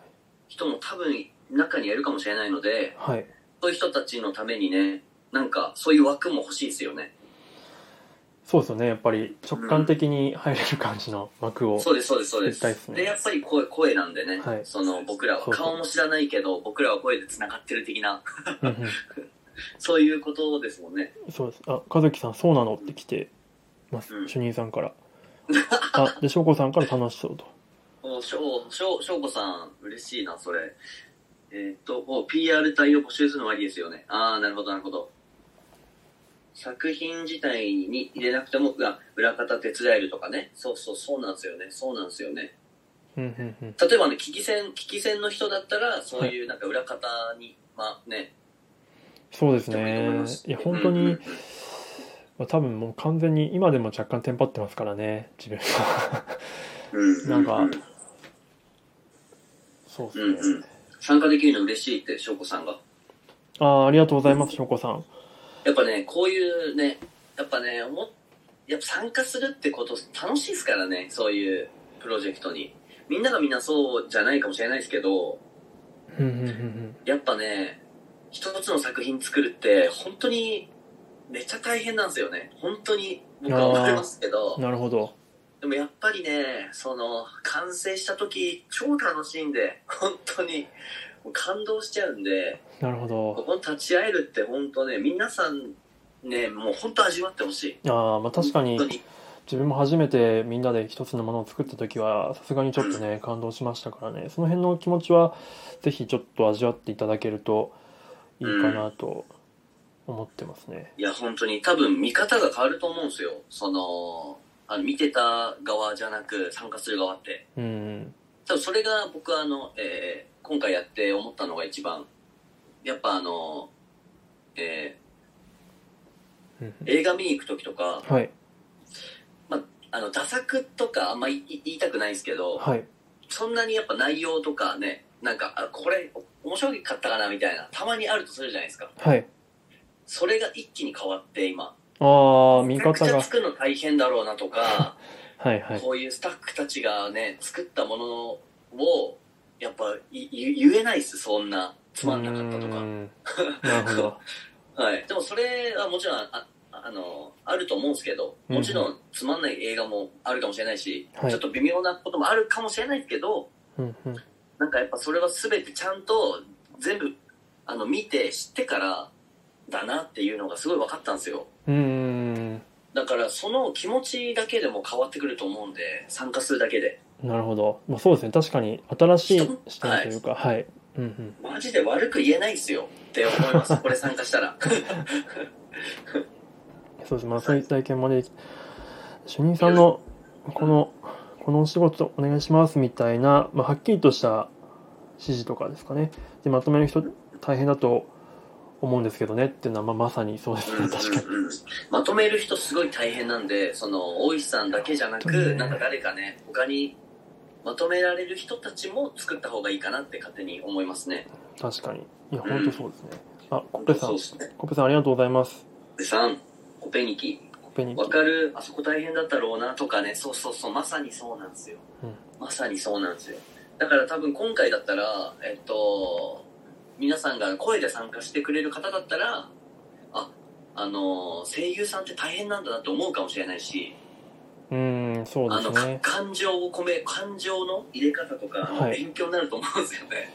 人も多分中にはいるかもしれないので
はい
そういう人たちのためにねなんかそういう枠も欲しいですよね
そうですよねやっぱり直感的に入れる感じの枠を、
そうですそうですそうで
絶対っ
す
す
で,、
ね
やっぱり声声なんでね、
はい
その僕らは
そうそう
顔も知らないけど僕らは声でつながってる的な
うんうん
そういうことですもんね
そうです。あ、和樹さん、そうなのって来てます。
うん
主任さんから。あ、で、翔子さんから楽しそうと。
おしょうしょうしょうこさん嬉しいなそれえーっとお PR 隊を募集するのもありですよねああなるほどなるほど作品自体に入れなくてもあ裏方手伝えるとかねそうそうそうなんですよねそうなんですよね
うんうんうん。
例えばね危機戦危機戦の人だったらそういうなんか裏方に、まあね
そうです
でもいいと思い
ね
ま。す
いや、本当
うんうんう
に
ん、
まあ、多分もう完全に今でも若干テンパってますからね、自分は。
うんう
なんか
うん
*laughs* そうで
うんう
す
ん
ね。
参加できるの嬉しいってしょうこさんが
あーありがとうございます、翔子さん。
やっぱね、こういうね、やっぱね、もやっぱ参加するってこと楽しいですからね、そういうプロジェクトに。みんながみんなそうじゃないかもしれないですけど、
うんうんうんうん。
やっぱね、一つの作品作るって、本当にめっちゃ大変なんですよね。本当に僕は思いますけど、
なるほど。
でもやっぱりね、その、完成した時、超楽しいんで、本当に、もう感動しちゃうんで、
なるほ
こ
ど。
こに立ち会えるって本当ね、皆さんね、もう本当味わってほしい。
ああ、まあ確かに
本当に
自分も初めてみんなで一つのものを作った時はさすがにちょっとね感動しましたからねその辺の気持ちはぜひちょっと味わっていただけるといいかなと思ってますね。
いや、本当に多分見方が変わると思うんですよ。その、あの見てた側じゃなく参加する側って。
うん。
多分それが僕はあの、えー今回やって思ったのが一番、やっぱあの、え
うん
ー映画見に行く時とか、
はい。
あの、打作とかあんまいい言いたくないんですけど、
はい。
そんなにやっぱ内容とかね、なんか、あ、これ面白かったかなみたいな、たまにあるとするじゃないですか。
はい。
それが一気に変わって今。
ああ、見
めちゃ
方
くちゃ
が。
作るの大変だろうなとか、
はいはい。
こういうスタッフたちがね、作ったものを、やっぱい言言えないっす、そんな。つまんなかったと
う
か。
んなるほど。
はい。でもそれはもちろん、ああの、あると思うんですけど、もちろんつまんない映画もあるかもしれないし、
はい
ちょっと微妙なこともあるかもしれないけど、
うんうん。
なんかやっぱそれは全てちゃんと全部あの見て知ってからだなっていうのがすごい分かったんですよ
うん。
だからその気持ちだけでも変わってくると思うんで参加するだけで
なるほど。まあそうですね。確かに新しい視点というか、はい。うんうん。
マジで悪く言えないっすよって思います *laughs* これ参加したら
そうです。まあそういう体験もでき主任さんの、この、このお仕事お願いしますみたいな、まあはっきりとした指示とかですかね。で、まとめる人大変だと思うんですけどねっていうのは、まあまさにそうです
うん
ね。確かに。
うんうんまとめる人すごい大変なんでその大石さんだけじゃな
本当に
く
ね
なんか誰かね他にまとめられる人たちも作った方がいいかなって勝手に思いますね
確かに。いや、本当そうですね。あ、コッペさ
そうんっ。すね
コッペさんありがとうございます。
で3コペニキ
コッペに。
わかる、あそこ大変だったろうなとかね、そうそうそう、まさにそうなんですよ。
うん
まさにそうなんですよ。だから多分今回だったら、えっと、皆さんが声で参加してくれる方だったら、あ、あの、声優さんって大変なんだなって思うかもしれないし、
うーん、そう
あ
で
の、
す
か
ね。
感情を込め、感情の入れ方とか、あの
はい
勉強になると思うんですよね。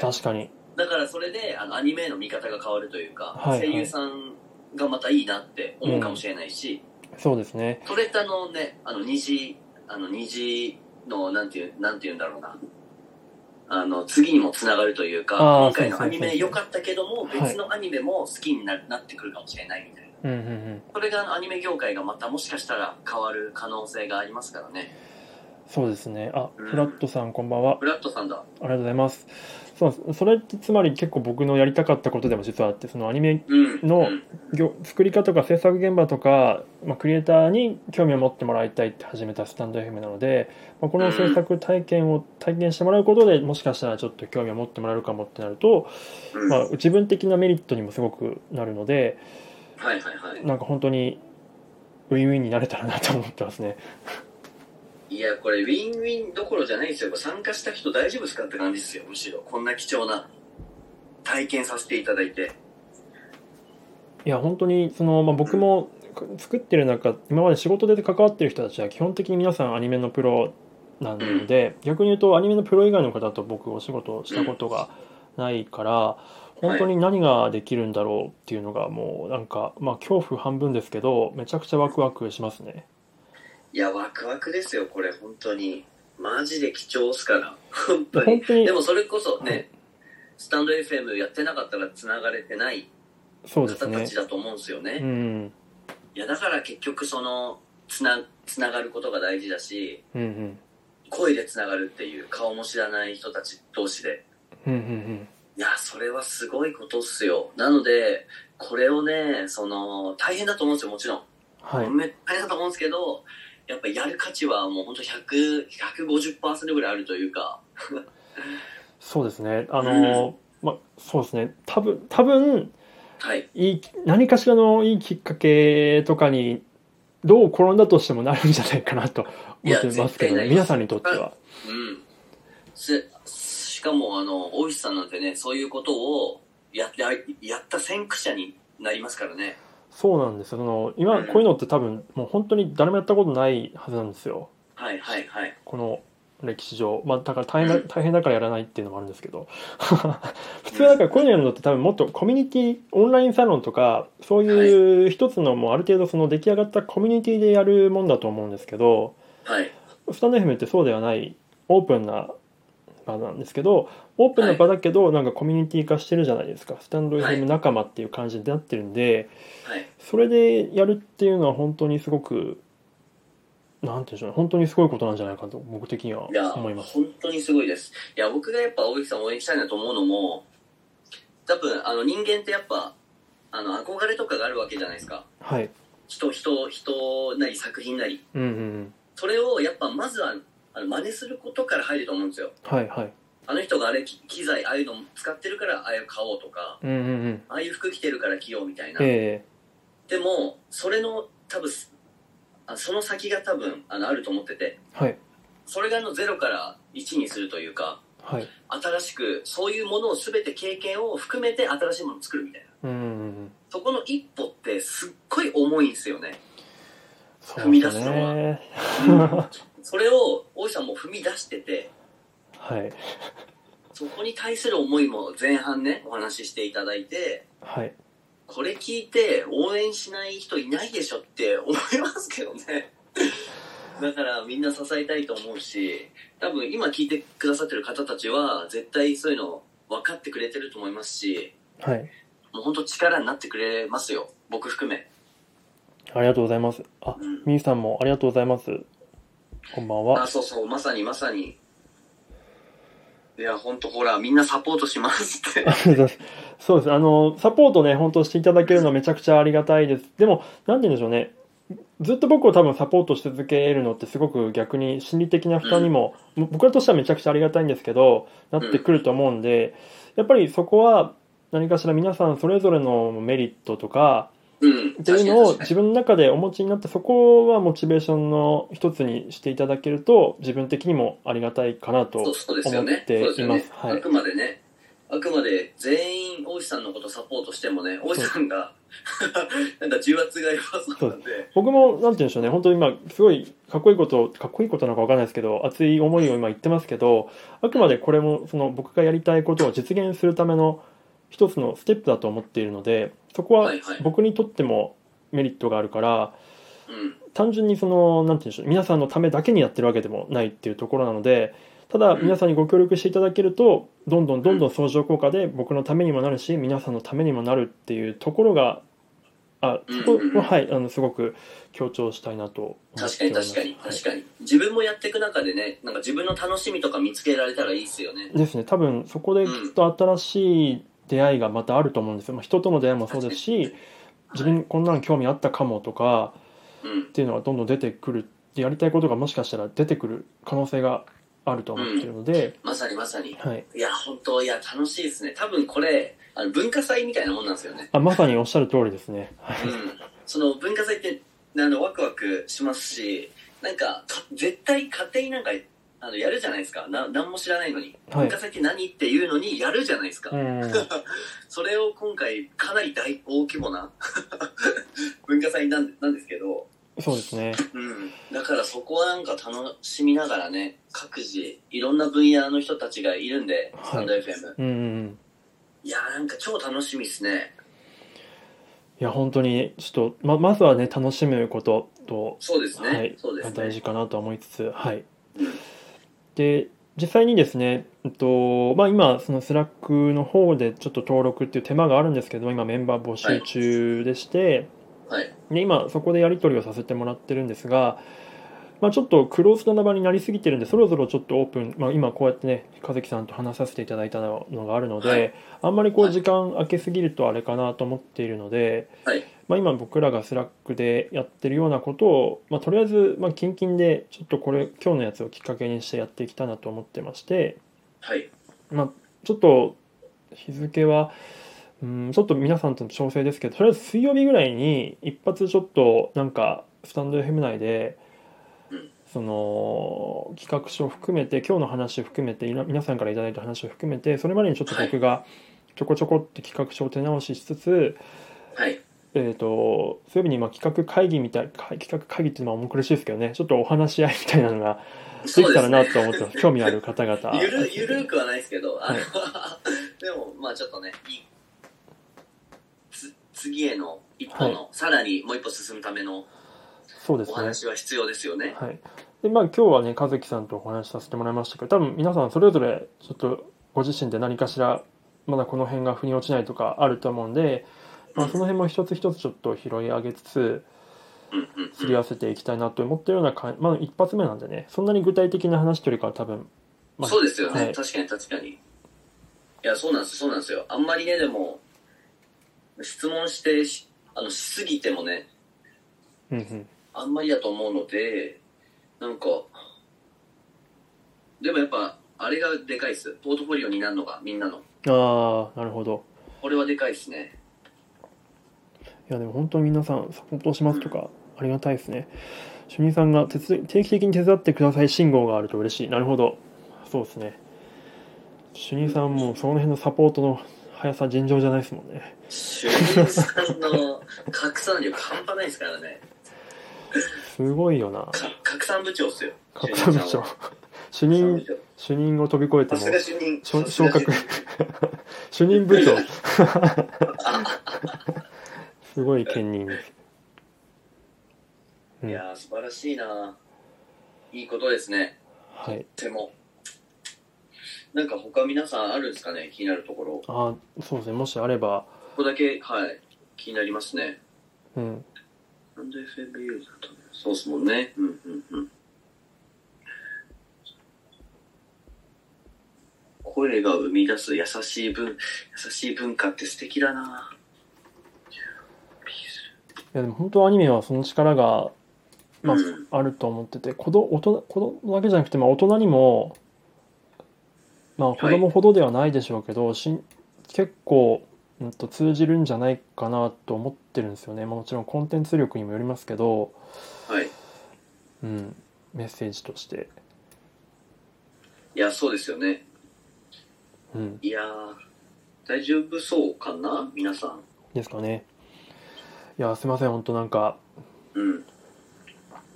確かに。
だからそれで、あの、アニメの見方が変わるというか、
はいはい
声優さんがまたいいなって思うかもしれないし、
そうですね。
それってあのね、あの二次、あの二次の、なんていう、なんていうんだろうな。あの、次にもつながるというか、
あー
今回の
そ
ア
うです
ニ
ね
メ良かったけども、
はい
別のアニメも好きにななってくるかもしれないみたいな。
うんうんうん。
それがあのアニメ業界がまたもしかしたら変わる可能性がありますからね。
そうですね。あ、
うん
フラットさんこんばんは。あ
ブラッドさんだ。
りがとうございます。そうなんです。それってつまり結構僕のやりたかったことでも実はあって、そのアニメ
うん。
の
うん
業作り方とか制作現場とか、まあ、クリエイターに興味を持ってもらいたいって始めたスタンド FM なので、まあ、この制作体験を体験してもらうことでもしかしたらちょっと興味を持ってもらえるかもってなると、
うん
ま
は
あ、自分的なメリットにもすごくなるので
いはいは
なんか本当にウィンウィンになれたらなと思ってますね。
い。いや、これウィンウィンどころじゃないですよ。参加した人大丈夫ですかって感じですよ。むしろ。こんな貴重な体験させていただいて。
いや本当にその、まあ、僕も作ってる中今まで仕事で関わってる人たちは基本的に皆さんアニメのプロなので、逆に言うとアニメのプロ以外の方と僕お仕事をしたことがないから、本当に何ができるんだろうっていうのがもうなんか、まあ、恐怖半分ですけどめちゃくちゃワクワクしますね。
いや、ワクワクですよ、これ、本当に。マジで貴重っすから。本当
本
に。
当に
でもそれこそね、
はい
スタンド FM やってなかったら繋がれてない
そうで
方
す
た
ね
ちだと思うんですよね。
うん
いや、だから結局その、つな、つながることが大事だし、
うんうん
声で繋がるっていう、顔も知らない人たち同士で。
うんうん
いや、それはすごいことっすよ。なので、これをね、その、大変だと思うんですよ、もちろん。
はい
め大変だと思うんですけど、やっぱやる価値はもう本当100、150%ぐらいあるというか、
そうですねあの、まあそうですね多分多分
はい。
いい何かしらのいいきっかけとかにどう転んだとしてもなるんじゃないかなと
い
思
や
ってますけ
絶対
ど、
な
ね、
ります
皆さんにとっては。
うん。すしかも、あの、大石さんなんてね、そういうことをやって、やった先駆者になりますからね。
そうなんですよその今
うん
こういうのって多分もう本当に誰もやったことないはずなんですよ
はいはいはい。
この歴史上、まあ、だから大変だ大変だからやらないっていうのもあるんですけど *laughs* 普通はだからこういうのやるのって多分もっとコミュニティオンラインサロンとかそういう一つのもうある程度その出来上がったコミュニティでやるもんだと思うんですけど、
はい。
スタンド FM ってそうではないオープンな場なんですけどオープンな場だけどなんかコミュニティ化してるじゃないですかスタンド
はい
FM 仲間っていう感じになってるんで
はい。
それでやるっていうのは本当にすごくなんていうんでしょうね本当にすごいことなんじゃないかと僕的にはい
や、
思います。
本当にすごいです。いや、僕がやっぱ青木さんを応援したいなと思うのも、多分、あの、人間ってやっぱ、あの、憧れとかがあるわけじゃないですか。
はい、
人、人、人なり作品なり。
うんうんうん、
それをやっぱ、まずは、あの、真似することから入ると思うんですよ。
はいはい、
あの人があれ、き機材、ああいうの使ってるから、ああいう買おうとか、
うんうんうん、
ああいう服着てるから着ようみたいな。
え
でも、それの、多分、すあその先が多分、あの、あると思ってて、
えはい
それがあの、0から1にするというか、
はい、
新しくそういうものを全て経験を含めて新しいものを作るみたいな
うんうんうん、
そこの一歩ってすっごい重いんですよ
*laughs*
ね
そう
踏み出
ですす
のは
ね。
うんそれを大石さんも踏み出してて
*laughs* はい
そこに対する思いも前半ねお話ししていただいて
はい、
これ聞いて応援しない人いないでしょって思いますけど
*laughs*
ねだからみんな支えたいと思うし多分今聞いてくださってる方たちは絶対そういうの分かってくれてると思いますし
はい、
もう本当力になってくれますよ僕含め
ありがとうございます。あ、
うん
みーさんもありがとうございます。こんばんは
あ、。そうそう、まさにまさに。いや、ほんとほら、みんなサポートしますって。
ありがとうございます *laughs* そうです。あの、サポートね、本当していただけるのはめちゃくちゃありがたいです。でも、なんて言うんでしょうね。ずっと僕を多分サポートし続けるのってすごく逆に心理的な負担にも、も僕らとしてはめちゃくちゃありがたいんですけど、なってくると思うんで、やっぱりそこは何かしら皆さんそれぞれのメリットとか、
うん。
っていうのを
確かに確かに
自分の中でお持ちになってそこはモチベーションの一つにしていただけると自分的にもありがたいかな
そう
と
そうですよ
思っ。
ねそう
て
です
い
よ
ま
ね
す。。は
あ
い、
くまでね、あくまで全員、大石さんのことサポートしてもね、大石さんが、 *laughs* なんか重圧がやばそうなんで、
僕もなんて言うんでしょうね本当に今すごいかっこいいことかっこいいことなのかわかんないですけど熱い思いを今言ってますけどあくまでこれもその僕がやりたいことを実現するための一つのステップだと思っているのでそこは
はいはい
僕にとってもメリットがあるから
うん。
単純にそのなんて言うんでしょう皆さんのためだけにやってるわけでもないっていうところなのでただ
うん
皆さんにご協力していただけるとどんどんどんどん相乗効果で僕のためにもなるし皆さんのためにもなるっていうところがあそこ
うんうんう
は
ん
はいあのすごく強調したいなと思っております
確かに確かに、確かに。自分もやっていく中でね、なんか自分の楽しみとか見つけられたらいいですよね。
ですね多分そこできっと新しい出会いがまたあると思うんですよ、まあ、人との出会いもそうですし自分こんなの興味あったかもとか
うん
っ。ていうのがどんどん出てくるやりたいことがもしかしたら出てくる可能性があると思っているので、
まさにまさに。
はい、
いや、本当いや、楽しいですね。多分これ、あの文化祭みたいなもんなんですよね。
あまさにおっしゃる通りですね。はい
うん、その文化祭ってあのワクワクしますしなんかか絶対家庭になんかあのやるじゃないですかな何も知らないのに、
はい
文化祭って何っていうのにやるじゃないですか、
うん、
それを今回かなり大大規模な *laughs* 文化祭なんなんですけど、
そうですね。
うん、だからそこはなんか楽しみながらね各自いろんな分野の人たちがいるんで
はい
スタンド FM、
うんうん、
い、やなんか超楽しみですね
いや本当にちょっとままずはね楽しむことと、
そうですね、
はい
そうです
大
ね
事かなと思いつつ、はい
うん。
で実際にですね、えっとまあ、今そのスラックの方でちょっと登録っていう手間があるんですけど今メンバー募集中でして、
はい
で今そこでやり取りをさせてもらってるんですが、まあ、ちょっとクローズドな場になりすぎてるんでそろそろちょっとオープン、まあ、今こうやってね和樹さんと話させていただいたのがあるので、
はい
あんまりこ
は
う
い
時間空けすぎるとあれかなと思っているので、
はい
まあ、今僕らがスラックでやってるようなことを、まあ、とりあえずまあキンキンでちょっとこれ今日のやつをきっかけにしてやっていきたいなと思ってまして、
はい
まあ、ちょっと日付はうんちょっと皆さんとの調整ですけどとりあえず水曜日ぐらいに一発ちょっとなんかスタンド FM 内で
うん
その企画書を含めて今日の話を含めていろ皆さんからいただいた話を含めてそれまでにちょっと僕がちょこちょこって企画書を手直ししつつ、
はい
えー、と水曜日にまあ企画会議みたいか企画会議っていうのは重苦しいですけどねちょっとお話し合いみたいなのがで
そ
き
う
たら
です
な
ね。
と思ってます、興味ある方々
ゆる、ゆるくはないですけど、あの、
はい
*laughs* でも、まあちょっとね、いいつ、次への一歩の、さらにもう一歩進むための
そうですね
お話は必要ですよね。
はい、で、まあ今日はね、和樹さんとお話しさせてもらいましたけど、多分皆さんそれぞれちょっとご自身で何かしら、まだこの辺が腑に落ちないとかあると思うんで、まあその辺も一つ一つちょっと拾い上げつつ、
うんうん
すり合わせていきたいなと思ったようなか、まあ一発目なんでね、そんなに具体的な話というよりかは多分、まあ
そうですよね、
はい
確かに確かにいやそうなんですそうなんですよあんまりねでも質問してしあのしすぎてもね
うんうん。
あんまりだと思うのでなんかでもやっぱあれがでかいっすポートフォリオになるのがみんなの
ああ、なるほど。
これはでかいっすね
いやでも本当に皆さんサポートしますとかありがたいですね。主任さんが手伝定期的に手伝ってください信号があると嬉しい。なるほど。そうですね。主任さんもその辺のサポートの速さ尋常じゃないですもんね。
主任さんの拡散力半端ないですからね
すごいよな。
か拡散部長っすよ
拡散部
主任さ
長
ん *laughs* は。
主
拡散部
任、
長
主任を飛び越えて
さ
も
すが主任
しょ
さすが
昇格
主任。
主任部長。 *laughs* すごい兼任です。うん
いやー素晴らしいないいことですね
はい。
でもなんか他皆さんあるんですかね気になるところこ
ああ、そうですね。もしあれば、
こだけはい気になりますね
うん。
なんで FMU だったのそうっすもんねうんうんうん声が生み出す優しい文優しい文化って素敵だない
やでも本当アニメはその力がまあ
うん
あると思ってて子ど大人子供だけじゃなくて、まあ、大人にも、まあ、子供ほどではないでしょうけど、しん結構、うん、と通じるんじゃないかなと思ってるんですよね、まあ、もちろんコンテンツ力にもよりますけど、
はい
うん、メッセージとして、
いやそうですよね
うん、
いやー大丈夫そうかな皆さん
ですかねいやすいません本当なんか
うん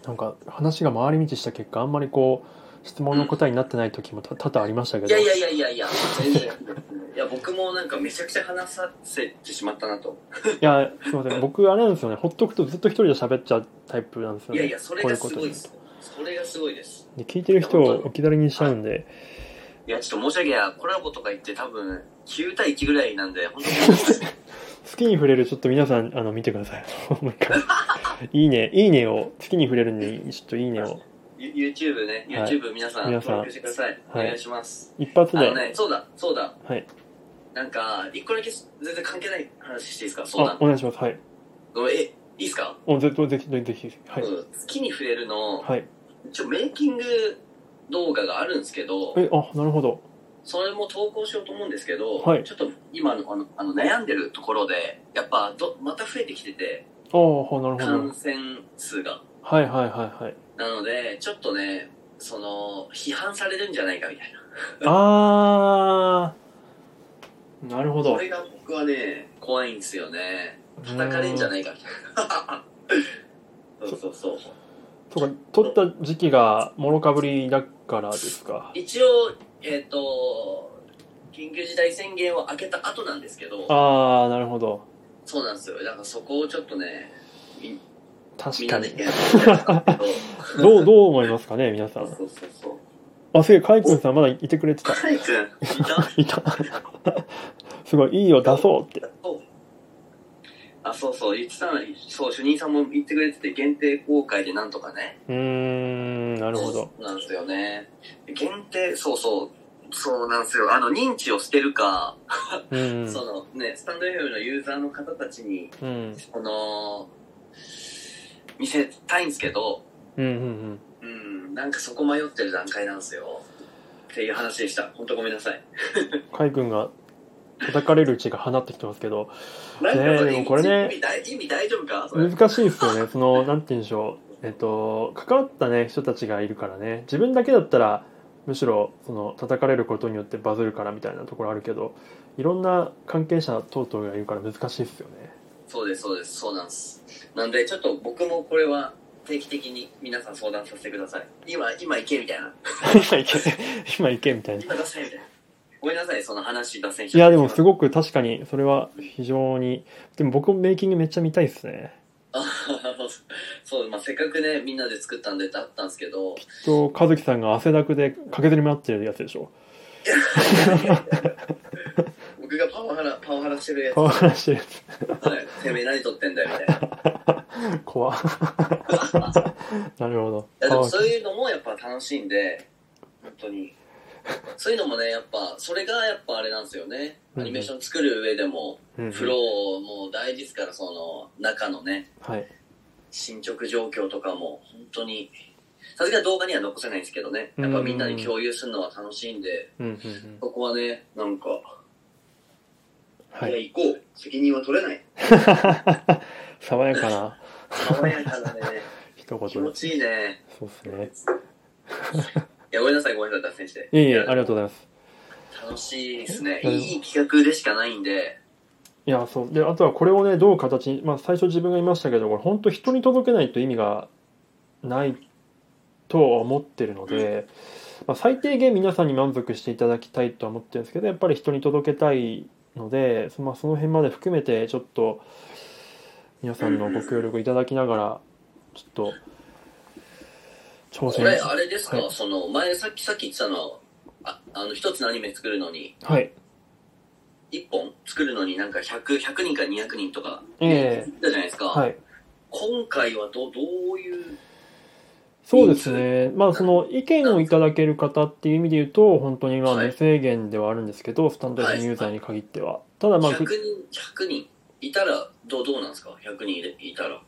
なんか話が回り道した結果あんまりこう質問の答えになってない時もた多々ありましたけ
い
ど
やいやいやいやいや、全然。いや、僕もなんかめちゃくちゃ話させてしまったなと。
いや、すみません。僕、あれなんですよね。ほっとくとずっと一人で喋っちゃうタイプなんですよ
い
ね。
やいや、それがす
こ
ご
うい
い
う
で
こ
す。それがすごいです。
とで。聞いてる人を置き去りにしちゃうんで。
いや、ちょっと申し訳ない。コラボとか言って多分、9対1ぐらいなんで、本当に。
好きに触れる、ちょっと皆さん、あの、見てください。 *laughs* もう一回。いいね、いいねを、好きに触れるに、ちょっといいねを。 *laughs*
You- YouTube ね、
はい
YouTube 皆さん、
皆さん
登録してください。お
はい
願いします。
一発
あ
で。
のね、そうだ、そうだ。
はい。
なんか、一個だけ全然関係ない話していいですかそうだ
あ、。お願いします。はい。
ごめん、え、いいですか
お、ぜひ、ぜひ、ぜひ、ぜひ。はい。
うん好きに触れるの、
はい。
一応メイキング動画があるんですけど、
え、あ、なるほど。
それも投稿しようと思うんですけど、
はい
ちょっと今のあのあの悩んでるところで、やっぱどまた増えてきてて、
ああ、なるほ
感
ど。
染数が。
はい、はい、はい、はい。
なので、ちょっとね、その、批判されるんじゃないかみたいな。
あー。なるほど
こ。れが僕はね、怖いんですよね。叩かれんじゃないかみたいな。そうそうそう。
そうか、取った時期が、もろかぶりだからですか。
一応、えっ、と、緊急事態宣言を明けた後なんですけど、
ああなるほど
そうなんですよ。だからそこをちょっとね、みみ
確
ん
か
なで
に
やっていきたいなと思うんですけど
どうどう思いますかね皆さ
そうそ
ん
うそうそう。
あすげえかいくんさんまだいてくれてた
カイ君、いた
いた *laughs* すごいいいよ出そうって
*laughs* そうあ、そうそう、言ってたのに、そう、主任さんも言ってくれてて、限定公開でなんとかね。
うーんな
な
るほど。
なんですよね。限定、そうそう、そうなんですよ。あの、認知を捨てるか、
うん
そのね、スタンド FM のユーザーの方たちに、
うん
その、見せたいんですけど、
うんうんうん
うん、なんかそこ迷ってる段階なんですよ。っていう話でした。本当ごめんなさい。
かいくんが叩かれるうちが放ってきてますけど
なんかそれ
でもこれね
意味大意味大丈夫かそれ。
難しいですよねそのなんて言うんでしょうえっと関わったね人たちがいるからね自分だけだったらむしろその叩かれることによってバズるからみたいなところあるけどいろんな関係者等々がいるから難しいですよね
そうです、そうです、そうなんです。なんで、ちょっと僕もこれは定期的に皆さん相談させてください。今、今行けみたいな。
今行け *laughs* 今行けみたいな
今出せみたいな。ごめんなさい、その話脱線し
いやでもす
ごい。
ごく確かにそれは非常にでも僕もメイキングめっちゃ見たいですね
あそう、まあ、せっかくね、みんなで作ったんでってあったんですけど、
と和樹さんが汗だくで駆けずり回ってるやつでしょ
僕がパワハラ、パワハラしてるやつ、
パワハラしてるやつ
はい、てめえ何撮ってんだよ、
*laughs*
みたいな。い
怖 *laughs* なるほど
や、でもそういうのもやっぱ楽しいんで、本当に。そういうのもね、やっぱ、それがやっぱあれなんですよね。アニメーション作る上でも、
うんうん
フローも大事ですから、その、中のね、
はい
進捗状況とかも、本当に、さすがに動画には残せないんですけどね、やっぱみんなに共有するのは楽しいんで、
うんうんうん
そこはね、なんか、
はい
や、
い
行こう。責任は取れない。
*laughs* 爽やかな
爽やか
*laughs*
だね。
一
気
言
持
で
ちいいね。
そうですね
*laughs* いや、ごめんなさい、ごめんなさい、脱線して。
いえいえありがとうございます
楽しいですね。いい企画でしかないんで、
いやそうであとはこれをねどう形に、まあ、最初自分が言いましたけどこれ本当人に届けないと意味がないとは思ってるので、まあ、最低限皆さんに満足していただきたいとは思ってるんですけどやっぱり人に届けたいのでそ,、まあ、その辺まで含めてちょっと皆さんのご協力いただきながらちょっと挑
こ
戦
れ、あれですか、
はい
その、前、さっき、さっき言ってたのは、ああの、一つのアニメ作るのに、
はい
一本作るのになんか100、100人か200人とか、
ええ
言ったじゃないですか。
はい
今回はど、どういう、
そうですね、まあ、その意見をいただける方っていう意味で言うと、本当にまあ
はい
無制限ではあるんですけど、スタンド FM ユーザーに限っては。ただ、まあ、
100
ふ
人、100人いたら、どう、どうなんですか ?100 人いれいたら。
う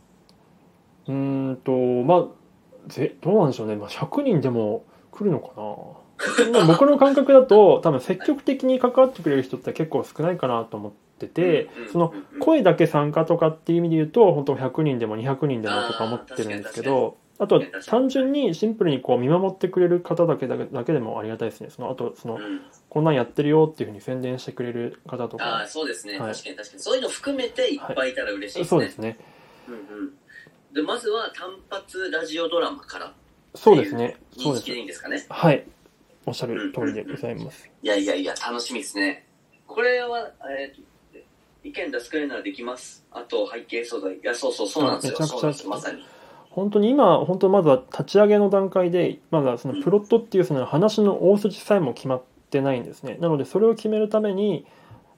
ーんと、まあ、ぜどうなんでしょうね、まあ、100人でも来るのか
*laughs*
な。まあ僕の感覚だと、多分積極的に関わってくれる人って結構少ないかなと思ってて
うんうん、
その
うんうん
声だけ参加とかっていう意味で言うと本当100人でも200人でもとか思ってるんですけどあと
確
は
かに確かに
単純にシンプルにこう見守ってくれる方だけだけだけでもありがたいですねそのあとその
うん
こんなんやってるよっていうふうに宣伝してくれる方と
あ
か
あ、そうですね、
はい
確かに確かに。そういうの含めていっぱいいたら嬉しいですね。
そうですね
うんうん。で、まずは単発ラジオドラマから
そうですねそう
認
で
識
す
でいいんですかね。
はいおっしゃる通りでございます
いやいやいや、楽しみですね。これは、えー意見出してくれるならできます。あと、背景素材。いや、そうそう、そうなんですよ。
あめちゃくちゃ
そうなんですまさに。
本当に今本当まずは立ち上げの段階でまだそのプロットっていうその話の大筋さえも決まってないんですねなのでそれを決めるために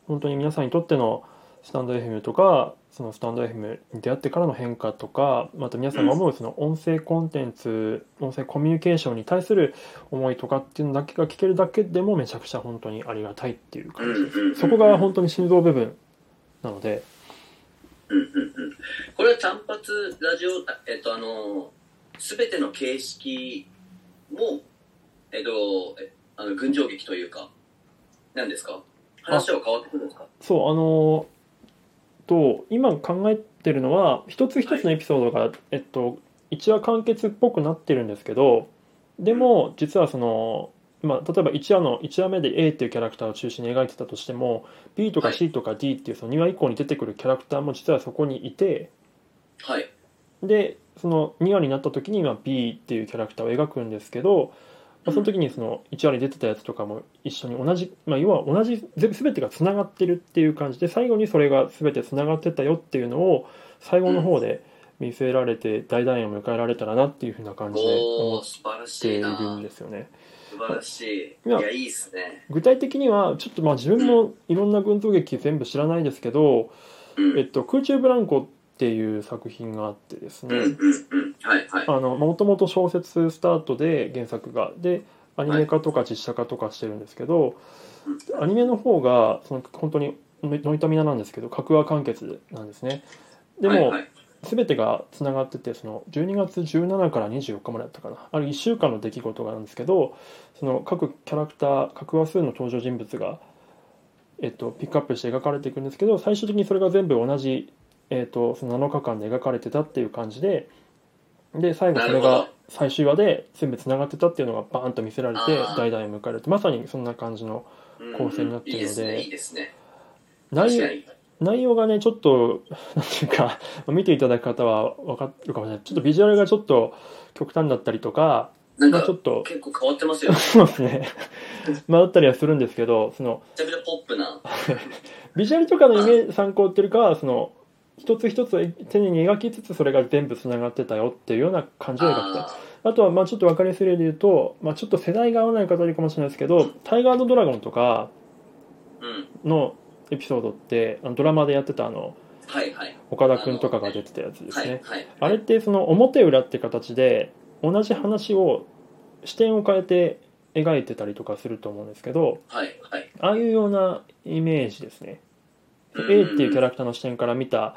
本当に皆さんにとってのスタンド FM とかそのスタンド FM に出会ってからの変化とかまた皆さんが思うその音声コンテンツ音声コミュニケーションに対する思いとかっていうのだけが聞けるだけでもめちゃくちゃ本当にありがたいっていう感じで
うんうんうんうん
すそこが本当に心臓部分なので
うんうんうん。これは単発ラジオ、あえっと、あのー、すべての形式も、えっと、えあの、群青劇というか、なんですか話は変わってくるんですか
そうあのと今考えてるのは一つ一つのエピソードが、えっと、一話完結っぽくなってるんですけどでも実はその、まあ、例えば1話の1話目で A っていうキャラクターを中心に描いてたとしても B と
は
か
い
C とか D っていうその2話以降に出てくるキャラクターも実はそこにいて
はい。
でその2話になった時に今 B っていうキャラクターを描くんですけど、まあ、その時にその1話に出てたやつとかも一緒に同じ、まあ、要は同じぜ全てがつながってるっていう感じで最後にそれが全てつながってたよっていうのを最後の方で見せられて大団円を迎えられたらなっていうふうな感じで
お
思
お
っ
素晴らしてい
いる
なん
ですよね。
素晴らしい
い
い
や
やいいっすね
具体的にはちょっとまあ自分もいろんな群像劇全部知らないですけど
う
「
ん
えっと、空中ブランコ」っていう作品があってです
うん
ね、
うんうんはいはい
あのもともと小説スタートで原作がでアニメ化とか実写化とかしてるんですけど、アニメの方がその本当にノイタミナなんですけど格話完結なんですねでも、
はいはい
全てがつながっててその12月17から24日までだったかなある1週間の出来事があるんですけどその各キャラクター各話数の登場人物が、えっと、ピックアップして描かれていくんですけど最終的にそれが全部同じ、えっと、その7日間で描かれてたっていう感じでで最後それ
なるほ
が
ど
最終話で全部つながってたっていうのがバーンと見せられて
あー
代々迎えられてまさにそんな感じの
うん
構成になってるので
いいですねいいですね
内
確
容
かに
内容がねちょっとなんていうか *laughs* 見ていただく方は分かるかもしれないちょっとビジュアルがちょっと極端だったりとか、 *laughs*
なん
まあ、
か
ちょっと
結構変わってま
*laughs*
すよね
そうですねまあだったりはするんですけどその
めちゃくちゃポップな
ビジュアルとかのイメージ参考っていうよりかはその一つ一つ丁寧に描きつつそれが全部つながってたよっていうような感じを描くと
あ
あとはまあちょっと分かりやすい例で言うと、まあ、ちょっと世代が合わない方いるかもしれないですけど「タイガードラゴン」とか
ーうん。
のエピソードってあのドラマでやってたあの
はいはい。
岡田君とかが出てたやつです
はい
ね
はい。
あれってその表裏って形で同じ話を視点を変えて描いてたりとかすると思うんですけど
はいはい。
ああいうようなイメージですね
うん
A っていうキャラクターの視点から見た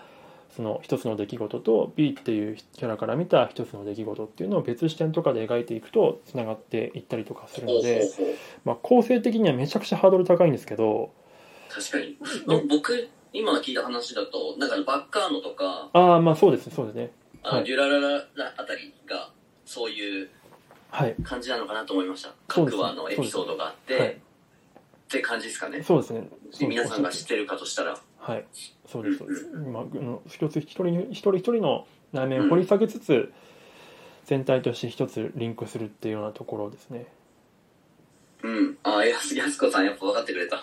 その一つの出来事と B っていうキャラから見た一つの出来事っていうのを別視点とかで描いていくとつながっていったりとかする
ほ
の
うほ
で、
うほう。
まあ、構成的にはめちゃくちゃハードル高いんですけど
確かに。僕、今聞いた話だと、なんかバッカーノとか、
ああまあそうですねそうですね
あ
は
の
い
デュララララあたりが、そういう
はい
感じなのかなと思いました。
そうです
各話のエピソードがあっ
は
て
い、
って感じですかね。
そうですねそう
皆さんが
おっしゃ
知ってるかとしたら。
はい、そうですそうです。まあ、あの一つ一人一人一人の内面を掘り下げつつ、全体として一つリンクするっていうようなところですね。
うん。ああ、やすやすこさんやっぱ分かって
*laughs*
くれた。
あ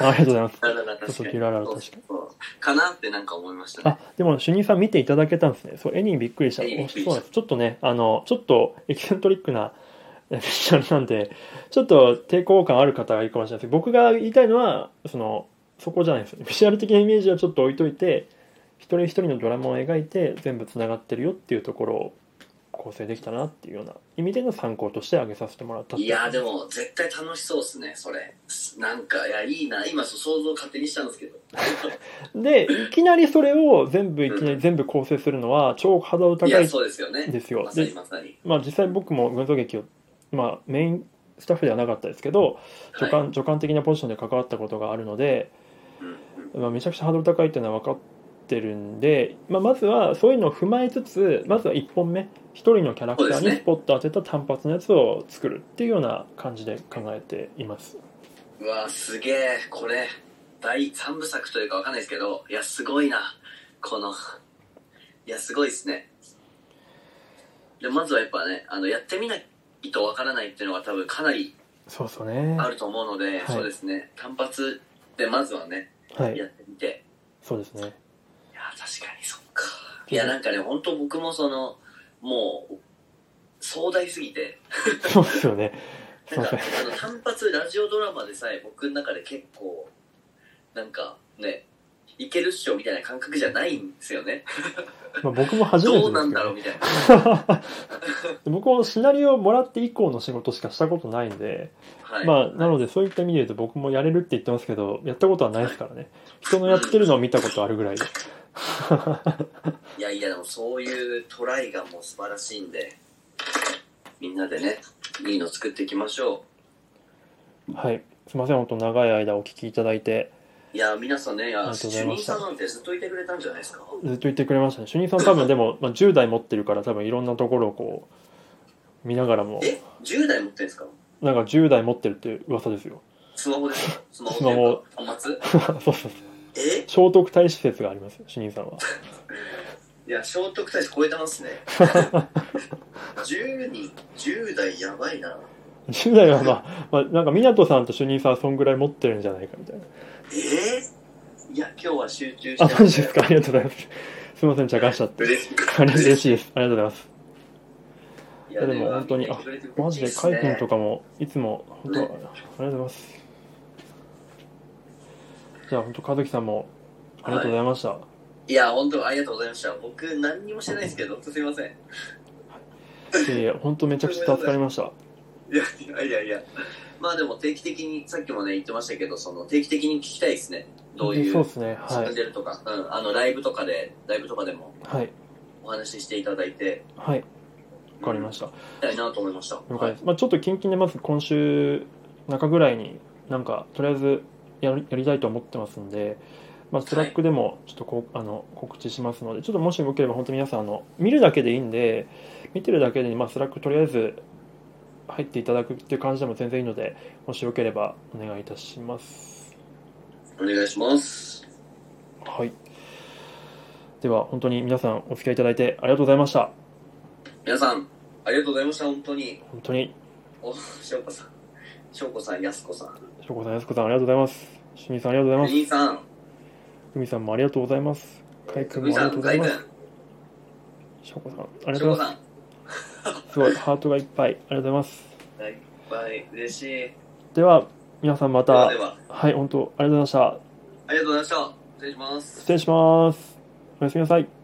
ありがとうございます。
ラララ
そう
確
そう
かに。
デュラララ確かに
そうかなってなんか思いましたね
あ。でも主任さん見ていただけたんですね。そう絵にびっくりした。
絵にびっくりした
そうなんです。ちょっとねあのちょっとエキセントリックなえビジュアルなんでちょっと抵抗感ある方がいるかもしれないです。僕が言いたいのはそのそこじゃないんですよ。ビジュアル的なイメージはちょっと置いといて一人一人のドラマを描いて全部つながってるよっていうところを構成できたなっていうような意味での参考として挙げさせてもらったって
いやーでも絶対楽しそうっすねそれなんかいやいいな今そう想像勝手にしたんですけど
でいきなりそれを全部いきな
う
り全部構成するのは超肌を高
い
い
や
ん
そうですよね
ですよ。
まさ
で
にまさに
まあ、実際僕も群像劇を、まあ、メインスタッフではなかったですけど助
はい
監助監的なポジションで関わったことがあるので、
うんうん
まあ、めちゃくちゃハードル高いっていうのは分かってるんで、まあ、まずはそういうのを踏まえつつまずは1本目一人のキャラクタ
そう
ー
です
に
ね
スポット当てた単発のやつを作るっていうような感じで考えています。
うわーすげえこれ第3部作というかわかんないですけどいやすごいなこのいやすごいっすねでまずはやっぱねあのやってみないとわからないっていうのが多分かなり
そうそうね
あると思うので、
い
そうですね単発でまずはね
は
や
い
ってみて
そうですね
いや確かにそっかいやなんかね本当僕もそのもう壮大すぎて
そうですよねすい
なん
ま
か
せん
あの単発ラジオドラマでさえ僕の中で結構なんかねいけるっしょみたいな感覚じゃないんですよね
まあ、僕も初めてです
ど
け
うなんだろ
ど
う
ね
みたいな
僕もシナリオをもらって以降の仕事しかしたことないんで
はい、
まあ、なのでそういった意味で言うと僕もやれるって言ってますけどやったことはないですからね人のやってるのを見たことあるぐらいで
いやいやでもそういうトライがもう素晴らしいんでみんなでねいいの作っていきましょ
はいすいません本当長い間お聞きいただいて
ういや皆さんねい
あり
や
がと
主
うございま
任
した
さんなんてずっといてくれたんじゃないですか
ずっと言ってくれましたね主任さん多分でも、まあ、10代持ってるから多分いろんなところをこう見ながらも
え10代持ってんですか
なんか10代持ってるって噂ですよ *laughs*
スマホですかスマホというか端末
そうそうそう
え
聖徳太子説があります主任さんはい
や聖徳太子超えてます
*laughs*
ね10人10代やばいな
10代はまあ、まあ、なんか湊さんと主任さんはそんぐらい持ってるんじゃないかみたいな
えー、いや今日は集中して
あマジですかありがとうございますすいません茶化しちゃって
嬉しい
あれ嬉しいですありがとうございます
い
いやでも本当に
見てくれて
マ
嬉
ジ
しいっ
ですカ
ね
イ君とかもいつも本当あ
ね
りがとうございますじゃあ本当和樹さんもありがとうございました、
いや本当ありがとうございました僕何にもしてないですけど本当すいませんい
いえいえ本当めちゃくちゃ助かりました
やいやいやいやまあでも定期的にさっきもね言ってましたけどその定期的に聞きたいですねどうい
そう
う
ですね
住
は
んでるとか、うん、あのライブとかでライブとかでも
いはい
お話ししていただいて
はいわかりました了
たいなと思いました
解です、まあ、ちょっと近々でまず今週中ぐらいになんかとりあえずやるやりたいと思ってますんでまあ、スラックでもちょっとこうあの告知しますのでちょっともしよければ本当皆さんあの見るだけでいいんで見てるだけで、まあ、スラックとりあえず入っていただくっていう感じでも全然いいのでもしよければお願いいたします
お願いします
はいでは本当に皆さんお付き合いいただいてありがとうございました
皆さんありがとうございました本当に
本当に
お翔子さん翔子さんやすこさん
しょこさんやすこさんありがとうございますしみさんありがとうございます
兄さん
ふみさんもありがとうございますかいくんもあ
み
り
さ、
がとうんご
か
ざ
い
い
く
ま
ん、
す。しょこさん、ありが
し
と
ょ
う
こ
ござい
さ
ま
ん。
す。すごい、ハートがいっぱい。ありがとうございます。
いっぱい嬉しい。
では、皆さんま
で
た
はで、は、
はい、本当、ありがとうございました。
ありがとうございました。失礼します。
失礼します。おやすみなさい。